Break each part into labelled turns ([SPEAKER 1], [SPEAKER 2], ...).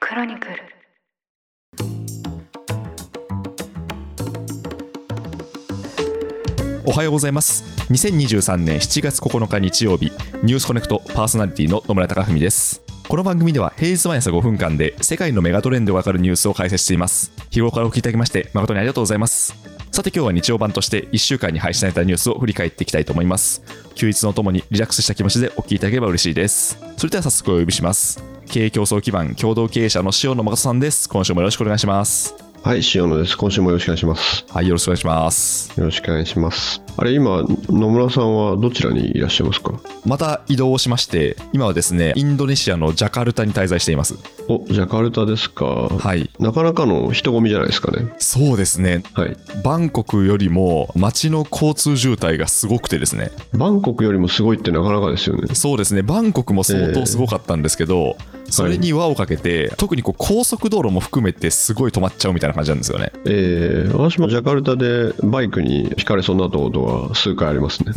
[SPEAKER 1] クロニクル
[SPEAKER 2] おはようございます2023年7月9日日曜日ニュースコネクトパーソナリティの野村貴文ですこの番組では平日毎朝5分間で世界のメガトレンドがわかるニュースを解説しています日頃からお聞きいただきまして誠にありがとうございますさて今日は日曜版として1週間に配信されたニュースを振り返っていきたいと思います休日のともにリラックスした気持ちでお聞きいただければ嬉しいですそれでは早速お呼びします経営競争基盤共同経営者の塩野誠さんです今週もよろしくお願いします
[SPEAKER 3] はい、塩野です。今週もよろしくお願いします。
[SPEAKER 2] はいよろしくお願いします
[SPEAKER 3] よろしくお願いします。あれ、今、野村さんはどちらにいらっしゃいますか
[SPEAKER 2] また移動をしまして今はですねインドネシアのジャカルタに滞在しています
[SPEAKER 3] お、ジャカルタですか。
[SPEAKER 2] はい
[SPEAKER 3] なかなかの人混みじゃないですかね。
[SPEAKER 2] そうですね
[SPEAKER 3] はい。
[SPEAKER 2] バンコクよりも街の交通渋滞がすごくてですね
[SPEAKER 3] バンコクよりもすごいってなかなかですよね。
[SPEAKER 2] そうですねバンコクも相当すごかったんですけど、それに輪をかけて、特にこう高速道路も含めてすごい止まっちゃうみたいな感じなんですよね
[SPEAKER 3] えー、私もジャカルタでバイクにひかれそうになったことは数回あります ね。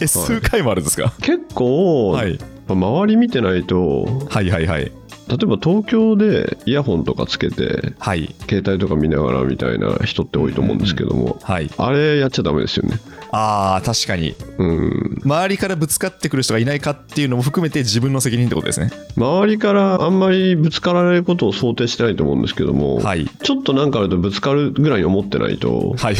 [SPEAKER 2] え数回もあるんですか、
[SPEAKER 3] 結構、
[SPEAKER 2] はい、
[SPEAKER 3] 周り見てないと、
[SPEAKER 2] はいはいはい
[SPEAKER 3] 例えば東京でイヤホンとかつけて、
[SPEAKER 2] はい
[SPEAKER 3] 携帯とか見ながらみたいな人って多いと思うんですけども、
[SPEAKER 2] はい
[SPEAKER 3] あれやっちゃダメですよね。
[SPEAKER 2] あー確かに
[SPEAKER 3] うん。
[SPEAKER 2] 周りからぶつかってくる人がいないかっていうのも含めて自分の責任ってことですね
[SPEAKER 3] 周りからあんまりぶつかられることを想定してないと思うんですけども、
[SPEAKER 2] はい
[SPEAKER 3] ちょっとなんかあるとぶつかるぐらいに思ってないと
[SPEAKER 2] はい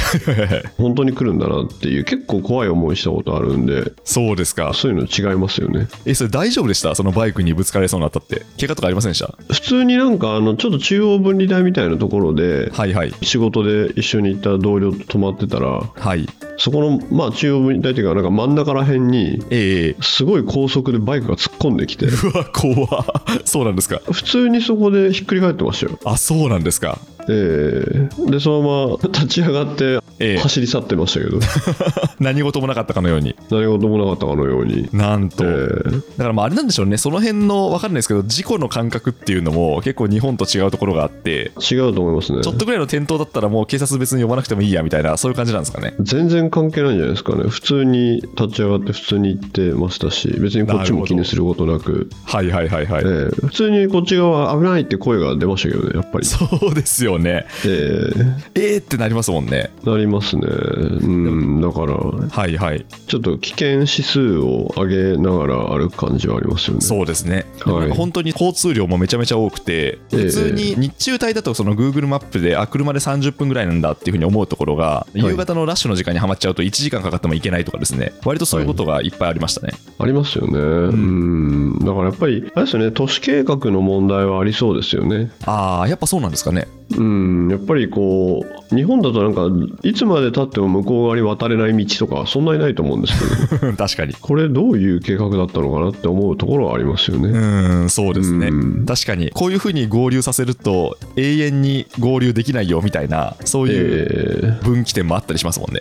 [SPEAKER 3] 本当に来るんだなっていう結構怖い思いしたことあるんで
[SPEAKER 2] そうですか
[SPEAKER 3] そういうの違いますよね
[SPEAKER 2] えそれ大丈夫でしたそのバイクにぶつかれそうになったって怪我とかありませんでした
[SPEAKER 3] 普通になんかあのちょっと中央分離帯みたいなところで
[SPEAKER 2] はいはい
[SPEAKER 3] 仕事で一緒に行った同僚と泊まってたら
[SPEAKER 2] はい
[SPEAKER 3] そこのまあ中央分離帯というかなんか真ん中ら辺に
[SPEAKER 2] ええ
[SPEAKER 3] すごい高速でバイクが突っ込んできて
[SPEAKER 2] うわ怖そうなんですか
[SPEAKER 3] 普通にそこでひっくり返ってましたよ、
[SPEAKER 2] あそうなんですか
[SPEAKER 3] ええでそのまま立ち上がって
[SPEAKER 2] ええ
[SPEAKER 3] 走り去ってましたけ ど
[SPEAKER 2] 何事もなかったかのように
[SPEAKER 3] 何事もなかったかのように、
[SPEAKER 2] なんと、
[SPEAKER 3] えー
[SPEAKER 2] だからまああれなんでしょうねその辺の分かんないですけど事故の感覚っていうのも結構日本と違うところがあって
[SPEAKER 3] 違うと思いますね
[SPEAKER 2] ちょっとぐらいの転倒だったらもう警察別に呼ばなくてもいいやみたいなそういう感じなんですかね
[SPEAKER 3] 全然関係ないんじゃないですかね普通に立ち上がって普通に行ってましたし別にこっちも気にすることなく
[SPEAKER 2] はいはいはいはい、
[SPEAKER 3] えー普通にこっち側危ないって声が出ましたけどねやっぱり
[SPEAKER 2] そうですよね
[SPEAKER 3] えー
[SPEAKER 2] えー、ってなりますもんね
[SPEAKER 3] なりますねうんだから
[SPEAKER 2] はいはい
[SPEAKER 3] ちょっと危険指数を上げながら歩く感じはありますよね
[SPEAKER 2] そうですね、でも
[SPEAKER 3] はい
[SPEAKER 2] 本当に交通量もめちゃめちゃ多くて、
[SPEAKER 3] ええ
[SPEAKER 2] 普通に日中帯だとその Google マップで、あ、車で30分ぐらいなんだっていうふうに思うところが、
[SPEAKER 3] い
[SPEAKER 2] 夕方のラッシュの時間にはまっちゃうと、1時間かかってもいけないとかですね、割とそういうことがいっぱいありましたね。
[SPEAKER 3] ありますよねうんだからやっぱりあれですよね都市計画の問題はありそうですよね
[SPEAKER 2] ああ、やっぱそうなんですか ね。
[SPEAKER 3] うん、やっぱりこう日本だとなんかいつまでたっても向こう側に渡れない道とかそんなにないと思うんですけど
[SPEAKER 2] 確かに。
[SPEAKER 3] これどういう計画だったのかなって思うところはありますよ
[SPEAKER 2] う
[SPEAKER 3] ね。
[SPEAKER 2] ーん、そう ですね
[SPEAKER 3] う。ん
[SPEAKER 2] 確かに、こういうふうに合流させると、永遠に合流できないよみたいな、そう
[SPEAKER 3] え
[SPEAKER 2] いう
[SPEAKER 3] ー
[SPEAKER 2] 分岐点もあったりしますもんね。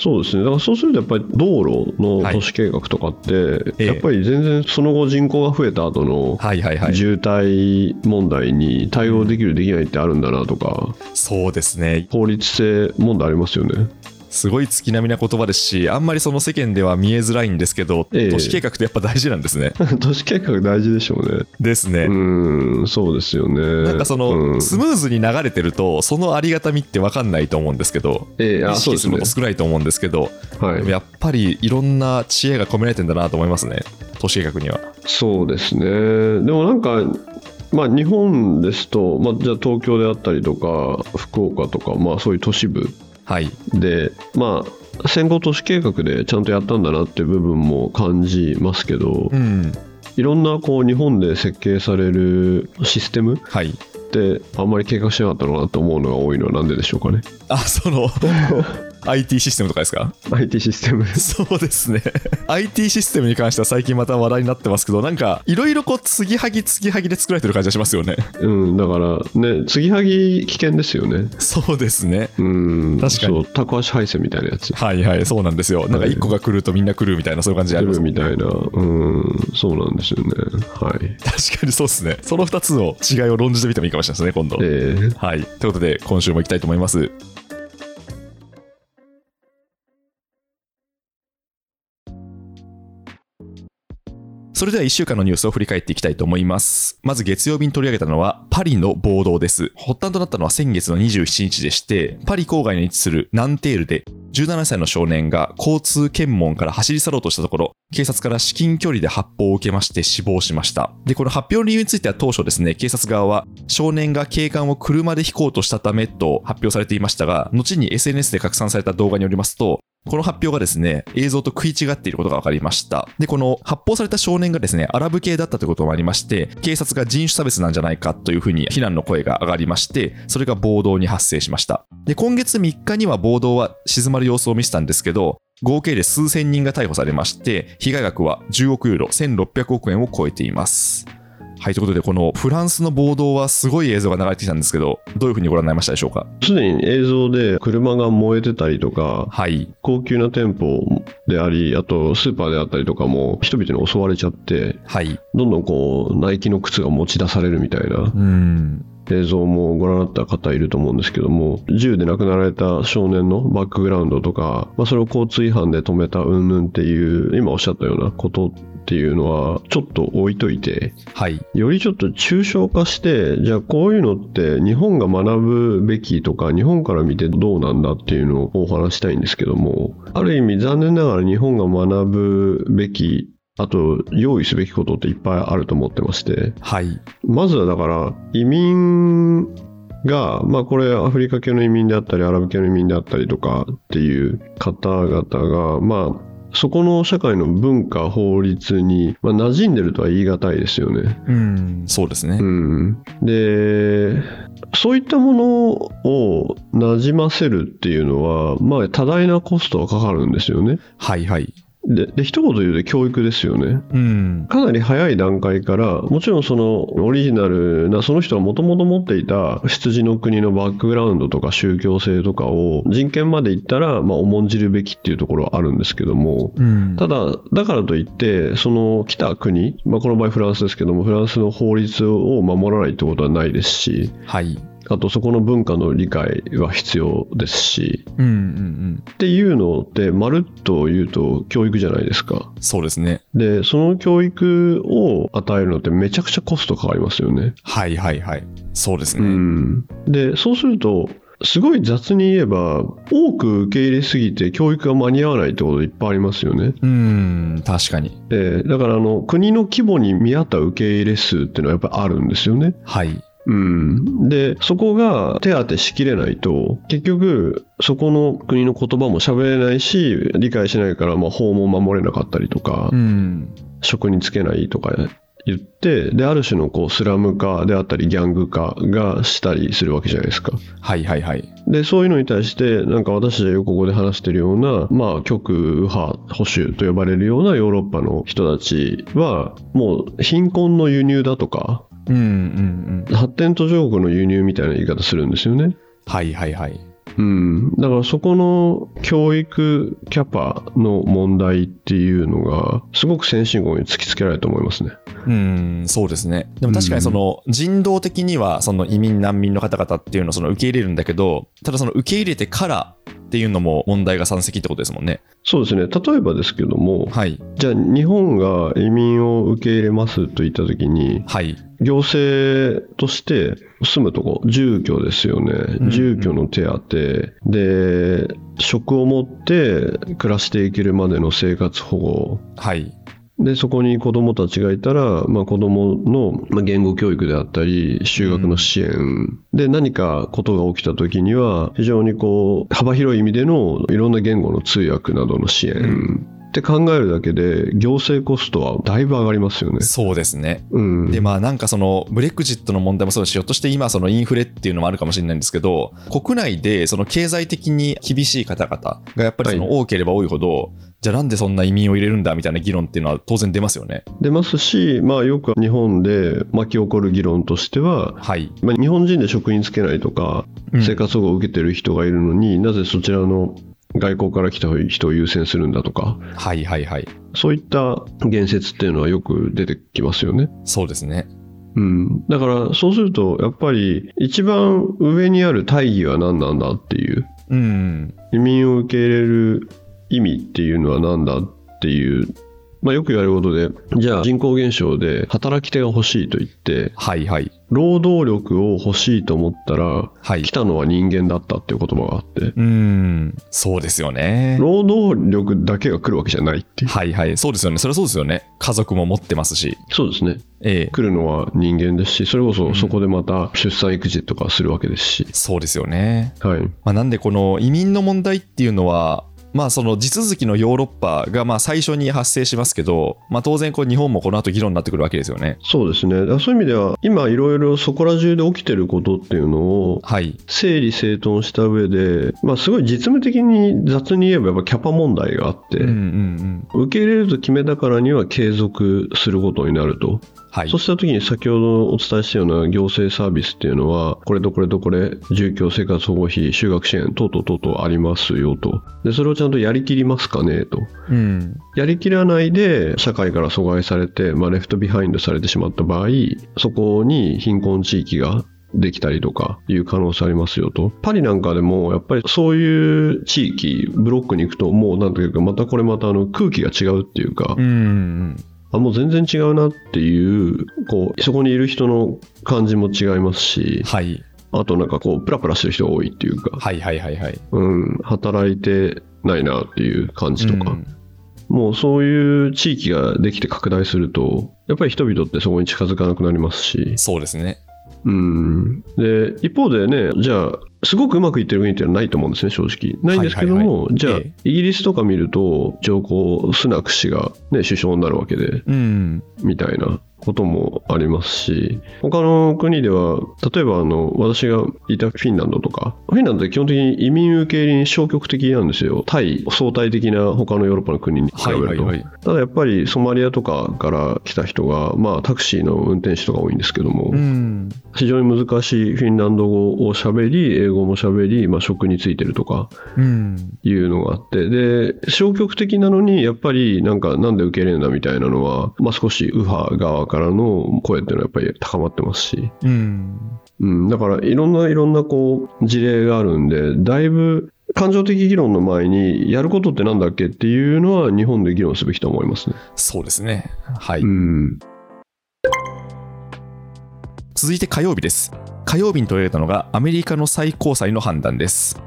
[SPEAKER 3] そうですねだからそうするとやっぱり道路の
[SPEAKER 2] はい
[SPEAKER 3] 都市計画とかって、
[SPEAKER 2] ええ
[SPEAKER 3] やっぱり全然その後人口が増えた後の
[SPEAKER 2] はいはいはい。
[SPEAKER 3] 渋滞問題に対応できるできないってあるんだなとか
[SPEAKER 2] そうですね。
[SPEAKER 3] 法律性問題ありますよね。
[SPEAKER 2] すごい月並みな言葉ですし、あんまりその世間では見えづらいんですけど、
[SPEAKER 3] ええ
[SPEAKER 2] 都市計画ってやっぱ大事なんですね。
[SPEAKER 3] 都市計画大事でしょうね。
[SPEAKER 2] ですね。
[SPEAKER 3] うんそうですよね。
[SPEAKER 2] なんかその、
[SPEAKER 3] うん
[SPEAKER 2] スムーズに流れてると、そのありがたみって分かんないと思うんですけど、
[SPEAKER 3] え
[SPEAKER 2] 意
[SPEAKER 3] えあそう
[SPEAKER 2] 識
[SPEAKER 3] ですす
[SPEAKER 2] ること。少
[SPEAKER 3] ね
[SPEAKER 2] ないと思うんですけど、
[SPEAKER 3] は
[SPEAKER 2] で
[SPEAKER 3] い
[SPEAKER 2] も、やっぱりいろんな知恵が込められてんだなと思いますね、都市計画には。
[SPEAKER 3] そうですね。でもなんか、まあ、日本ですと、まあ、じゃあ東京であったりとか福岡とか、まあ、そういう都市部
[SPEAKER 2] はい。
[SPEAKER 3] で、まあ、戦後都市計画でちゃんとやったんだなっていう部分も感じますけど
[SPEAKER 2] うん。
[SPEAKER 3] いろんなこう日本で設計されるシステムっ
[SPEAKER 2] はい。
[SPEAKER 3] てあんまり計画してなかったのかなと思うのが多いのはなんででしょうかね
[SPEAKER 2] あ、そ の、IT システムとかですか
[SPEAKER 3] IT システム
[SPEAKER 2] そうですね IT システムに関しては最近また話題になってますけどなんかいろいろこう継ぎはぎ継ぎはぎで作られてる感じがしますよね
[SPEAKER 3] うんだからね継ぎはぎ危険ですよね
[SPEAKER 2] そうですね。
[SPEAKER 3] うん
[SPEAKER 2] 確かに
[SPEAKER 3] そうタコ足配線みたいなやつ
[SPEAKER 2] はいはい、そうなんですよ。なんか1個が来るとみんな来るみたいな、そういう感じであります。
[SPEAKER 3] みたいな、うん、そうなんですよね。はい。
[SPEAKER 2] 確かにそうですね。その2つの違いを論じてみてもいいかもしれないですね、今度。
[SPEAKER 3] えー
[SPEAKER 2] はい。ということで、今週も行きたいと思います。それでは1週間のニュースを振り返っていきたいと思います。まず月曜日に取り上げたのは、パリの暴動です。発端となったのは先月の27日でして、パリ郊外に位置するナンテールで、17歳の少年が交通検問から走り去ろうとしたところ、警察から至近距離で発砲を受けまして死亡しました。で、この発表の理由については当初ですね、警察側は少年が警官を車で引こうとしたためと発表されていましたが、後に SNS で拡散された動画によりますと、この発表がですね、映像と食い違っていることが分かりました。で、この発砲された少年がですね、アラブ系だったということもありまして、警察が人種差別なんじゃないかというふうに非難の声が上がりまして、それが暴動に発生しました。で、今月3日には暴動は静まる様子を見せたんですけど、合計で数千人が逮捕されまして、被害額は10億ユーロ、1600億円を超えています。はい、ということで、このフランスの暴動はすごい映像が流れてきたんですけど、どういうふうにご覧になりましたでしょうか
[SPEAKER 3] すでに映像で車が燃えてたりとか、
[SPEAKER 2] はい、
[SPEAKER 3] 高級な店舗であり、あとスーパーであったりとかも、人々に襲われちゃって、
[SPEAKER 2] はい。
[SPEAKER 3] どんどんこう、ナイキの靴が持ち出されるみたいな
[SPEAKER 2] うん。
[SPEAKER 3] 映像もご覧になった方いると思うんですけども、銃で亡くなられた少年のバックグラウンドとか、まあ、それを交通違反で止めた云々っていう、今おっしゃったようなことっていうのは、ちょっと置いといて、
[SPEAKER 2] はい。
[SPEAKER 3] よりちょっと抽象化して、じゃあこういうのって日本が学ぶべきとか、日本から見てどうなんだっていうのをお話したいんですけども、ある意味残念ながら日本が学ぶべき、あと用意すべきことっていっぱいあると思ってまして、
[SPEAKER 2] はい。
[SPEAKER 3] まずはだから移民が、まあ、これアフリカ系の移民であったりアラブ系の移民であったりとかっていう方々が、まあ、そこの社会の文化法律に、まあ、馴染んでるとは言い難いですよね。
[SPEAKER 2] うん。そうですね
[SPEAKER 3] う。ん、でそういったものを馴染ませるっていうのは、まあ、多大なコストがかかるんですよね。
[SPEAKER 2] はいはい。
[SPEAKER 3] でで一言言うと教育ですよね。
[SPEAKER 2] うん。
[SPEAKER 3] かなり早い段階からもちろんそのオリジナルなその人がもともと持っていた羊の国のバックグラウンドとか宗教性とかを人権までいったら、まあ、重んじるべきっていうところはあるんですけども
[SPEAKER 2] うん
[SPEAKER 3] ただだからといってその来た国、まあ、この場合フランスですけどもフランスの法律を守らないってことはないですし
[SPEAKER 2] はい。
[SPEAKER 3] あとそこの文化の理解は必要ですし
[SPEAKER 2] うんうん
[SPEAKER 3] っていうのってまるっと言うと教育じゃないですか。
[SPEAKER 2] うん。そうですね。
[SPEAKER 3] でその教育を与えるのってめちゃくちゃコストかかりますよね。
[SPEAKER 2] はいはいはい。そうです
[SPEAKER 3] う
[SPEAKER 2] ね。
[SPEAKER 3] ん、でそうするとすごい雑に言えば多く受け入れすぎて教育が間に合わないってこといっぱいありますよね。
[SPEAKER 2] うん。確かに。
[SPEAKER 3] えーだからあの国の規模に見合った受け入れ数っていうのはやっぱりあるんですよね。
[SPEAKER 2] はい。
[SPEAKER 3] うん、でそこが手当てしきれないと結局そこの国の言葉も喋れないし理解しないからまあ法も守れなかったりとか
[SPEAKER 2] うん。
[SPEAKER 3] 職に就けないとか言ってである種のこうスラム化であったりギャング化がしたりするわけじゃないですか
[SPEAKER 2] はいはいはい。
[SPEAKER 3] でそういうのに対してなんか私たちがよくここで話してるような、まあ、極右派保守と呼ばれるようなヨーロッパの人たちはもう貧困の輸入だとか
[SPEAKER 2] うんうんうん。
[SPEAKER 3] 発展途上国の輸入みたいな言い方するんですよね
[SPEAKER 2] はいはいはい。
[SPEAKER 3] うん、だからそこの教育キャパの問題っていうのがすごく先進国に突きつけられると思いますね。
[SPEAKER 2] うん、そうですね。でも確かにその人道的にはその移民難民の方々っていうのをその受け入れるんだけど、ただその受け入れてからっていうのも問題が山積ってことですもんね。
[SPEAKER 3] そうですね例えばですけども
[SPEAKER 2] はい。
[SPEAKER 3] じゃあ日本が移民を受け入れますと言った時に
[SPEAKER 2] はい。
[SPEAKER 3] 行政として住むとこ住居ですよね、
[SPEAKER 2] うん
[SPEAKER 3] 住居の手当で職を持って暮らしていけるまでの生活保護
[SPEAKER 2] はい。
[SPEAKER 3] でそこに子どもたちがいたら、まあ、子どものまあ言語教育であったり就学の支援、で何かことが起きた時には非常にこう幅広い意味でのいろんな言語の通訳などの支援、
[SPEAKER 2] うん
[SPEAKER 3] って考えるだけで行政コストはだいぶ上がりますよね。
[SPEAKER 2] そうですね。
[SPEAKER 3] うん、
[SPEAKER 2] でまあなんかそのブレクジットの問題もそうですしひょっとして今そのインフレっていうのもあるかもしれないんですけど国内でその経済的に厳しい方々がやっぱりその多ければ多いほど、じゃあなんでそんな移民を入れるんだみたいな議論っていうのは当然出ますよね
[SPEAKER 3] 出ますし、まあ、よく日本で巻き起こる議論としては、
[SPEAKER 2] はい、
[SPEAKER 3] まあ、日本人で職に就けないとか
[SPEAKER 2] うん
[SPEAKER 3] 生活保護を受けてる人がいるのに、なぜそちらの外交から来た人を優先するんだとか
[SPEAKER 2] はいはいはい
[SPEAKER 3] そういった言説っていうのはよく出てきますよね。
[SPEAKER 2] そうですね
[SPEAKER 3] うん、だからそうするとやっぱり一番上にある大義は何なんだっていう
[SPEAKER 2] うん
[SPEAKER 3] 移民を受け入れる意味っていうのは何だっていうまあ、よく言われることで、じゃあ人口減少で働き手が欲しいと言って、
[SPEAKER 2] はいはい
[SPEAKER 3] 労働力を欲しいと思ったら、
[SPEAKER 2] はい
[SPEAKER 3] 来たのは人間だったっていう言葉があって、
[SPEAKER 2] うーんそうですよね
[SPEAKER 3] 労働力だけが来るわけじゃないっていう。
[SPEAKER 2] はいはいそうですよねそれはそうですよね家族も持ってますし
[SPEAKER 3] そうですね。
[SPEAKER 2] ええ
[SPEAKER 3] 来るのは人間ですし、それこそそこでまた出産育児とかするわけですし。
[SPEAKER 2] そうですよね
[SPEAKER 3] はい。
[SPEAKER 2] まあ、なんでこの移民の問題っていうのは、まあ、その地続きのヨーロッパがまあ最初に発生しますけど、まあ、当然こう日本もこの後議論になってくるわけですよね。
[SPEAKER 3] そうですね。だからそういう意味では、今いろいろそこら中で起きてることっていうのを、
[SPEAKER 2] はい、
[SPEAKER 3] 整理整頓した上で、まあ、すごい実務的に雑に言えばやっぱキャパ問題があって、
[SPEAKER 2] うんうんうん
[SPEAKER 3] 受け入れると決めたからには継続することになると、
[SPEAKER 2] はい
[SPEAKER 3] そうした時に先ほどお伝えしたような行政サービスっていうのはこれとこれとこれ住居生活保護費就学支援等々等々ありますよとでそれをちゃんとやりきりますかねと
[SPEAKER 2] うん
[SPEAKER 3] やりきらないで社会から阻害されて、まあ、レフトビハインドされてしまった場合そこに貧困地域ができたりとかいう可能性ありますよとパリなんかでもやっぱりそういう地域ブロックに行くともうなんていうかまたこれまたあの空気が違うっていうか
[SPEAKER 2] うんうん
[SPEAKER 3] あもう全然違うなっていうこうそこにいる人の感じも違いますし
[SPEAKER 2] はい
[SPEAKER 3] あとなんかこうプラプラしてる人が多いっていうか、
[SPEAKER 2] はいはいはいはい。
[SPEAKER 3] うん、働いてないなっていう感じとか、
[SPEAKER 2] うん
[SPEAKER 3] もうそういう地域ができて拡大すると、やっぱり人々ってそこに近づかなくなりますし、
[SPEAKER 2] そうですね。
[SPEAKER 3] うん。で、一方でね、じゃあ、すごくうまくいってる国ってのはないと思うんですね、正直。ないんですけども、
[SPEAKER 2] はいはいはい
[SPEAKER 3] じゃあ、
[SPEAKER 2] え
[SPEAKER 3] イギリスとか見ると、上皇スナク氏が、ね、首相になるわけで、
[SPEAKER 2] うん
[SPEAKER 3] みたいなこともありますし、他の国では、例えばあの、私がいたフィンランドとか、フィンランドって基本的に移民受け入れに消極的なんですよ。対相対的な他のヨーロッパの国に比
[SPEAKER 2] は
[SPEAKER 3] べ
[SPEAKER 2] い
[SPEAKER 3] ると。
[SPEAKER 2] はいはい。
[SPEAKER 3] ただやっぱりソマリアとかから来た人が、まあ、タクシーの運転手とか多いんですけども、
[SPEAKER 2] うん
[SPEAKER 3] 非常に難しいフィンランド語を喋り英語も喋り、まあ、職についてるとか
[SPEAKER 2] うん
[SPEAKER 3] いうのがあってで消極的なのにやっぱりなんかなんで受け入れんだみたいなのは、まあ、少し右派側からの声っていうのはやっぱり高まってますし、
[SPEAKER 2] うん
[SPEAKER 3] うん、だからいろんないろんなこう事例があるんでだいぶ感情的議論の前にやることってなんだっけっていうのは日本で議論すべきと思いますね。
[SPEAKER 2] そうですね。はい。
[SPEAKER 3] うん
[SPEAKER 2] 続いて火曜日です火曜日に取り上げたのがアメリカの最高裁の判断です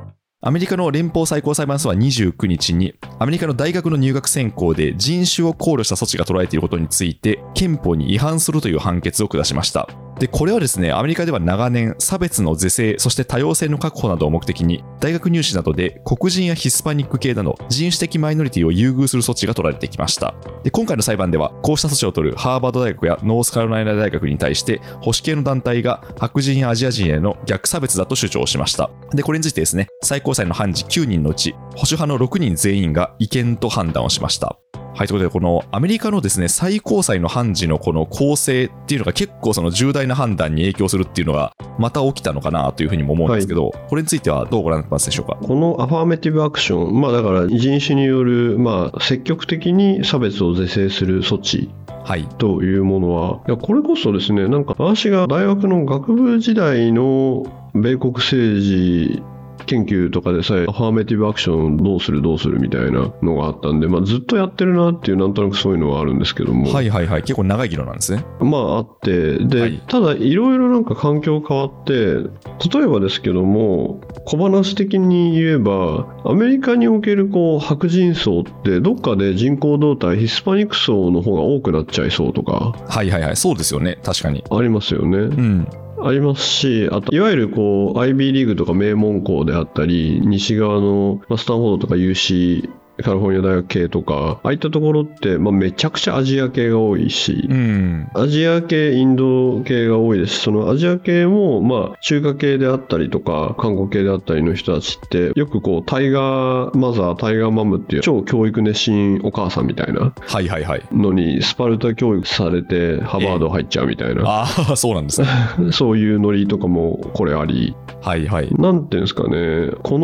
[SPEAKER 2] アメリカの連邦最高裁判所は29日にアメリカの大学の入学選考で人種を考慮した措置が取られていることについて憲法に違反するという判決を下しましたでこれはですねアメリカでは長年差別の是正そして多様性の確保などを目的に大学入試などで黒人やヒスパニック系など人種的マイノリティを優遇する措置が取られてきましたで今回の裁判ではこうした措置を取るハーバード大学やノースカロライナ大学に対して保守系の団体が白人やアジア人への逆差別だと主張しましたでこれについてですね最高裁の判事9人のうち保守派の6人全員が違憲と判断をしましたはい、ということで、このアメリカのですね、最高裁の判事のこの構成っていうのが結構その重大な判断に影響するっていうのがまた起きたのかなというふうにも思うんですけど、これについてはどうご覧になってますでしょうか。
[SPEAKER 3] このアファーメティブアクション、まあ、だから人種による、まあ、積極的に差別を是正する措置
[SPEAKER 2] はい。
[SPEAKER 3] というものは、いやこれこそですね、なんか私が大学の学部時代の米国政治研究とかでさえ、アファーメティブアクションどうするどうするみたいなのがあったんで、まあ、ずっとやってるなっていう、なんとなくそういうのはあるんですけども、
[SPEAKER 2] はいはいはい。結構長い議論なんですね。
[SPEAKER 3] まああってで、
[SPEAKER 2] はい
[SPEAKER 3] ただいろいろなんか環境変わって例えばですけども小話的に言えばアメリカにおけるこう白人層ってどっかで人口動態ヒスパニック層の方が多くなっちゃいそうとか
[SPEAKER 2] はいはいはい。そうですよね。確かに。
[SPEAKER 3] ありますよね
[SPEAKER 2] うん。
[SPEAKER 3] ありますしあといわゆるこう IB リーグとか名門校であったり西側のまあスタンフォードとか UC カリフォルニア大学系とかああいったところって、まあ、めちゃくちゃアジア系が多いし
[SPEAKER 2] う、ん。
[SPEAKER 3] アジア系、インド系が多いですし、そのアジア系も、まあ、中華系であったりとか、韓国系であったりの人たちって、よくこう、タイガーマザー、タイガーマムっていう、超教育熱心お母さんみたいな
[SPEAKER 2] はいはいはい。
[SPEAKER 3] のに、スパルタ教育されて、ハバード入っちゃうみたいな、
[SPEAKER 2] ああ、そうなんですね。
[SPEAKER 3] そういうノリとかもこれあり、
[SPEAKER 2] はいはい。
[SPEAKER 3] なんていうんですかね、こ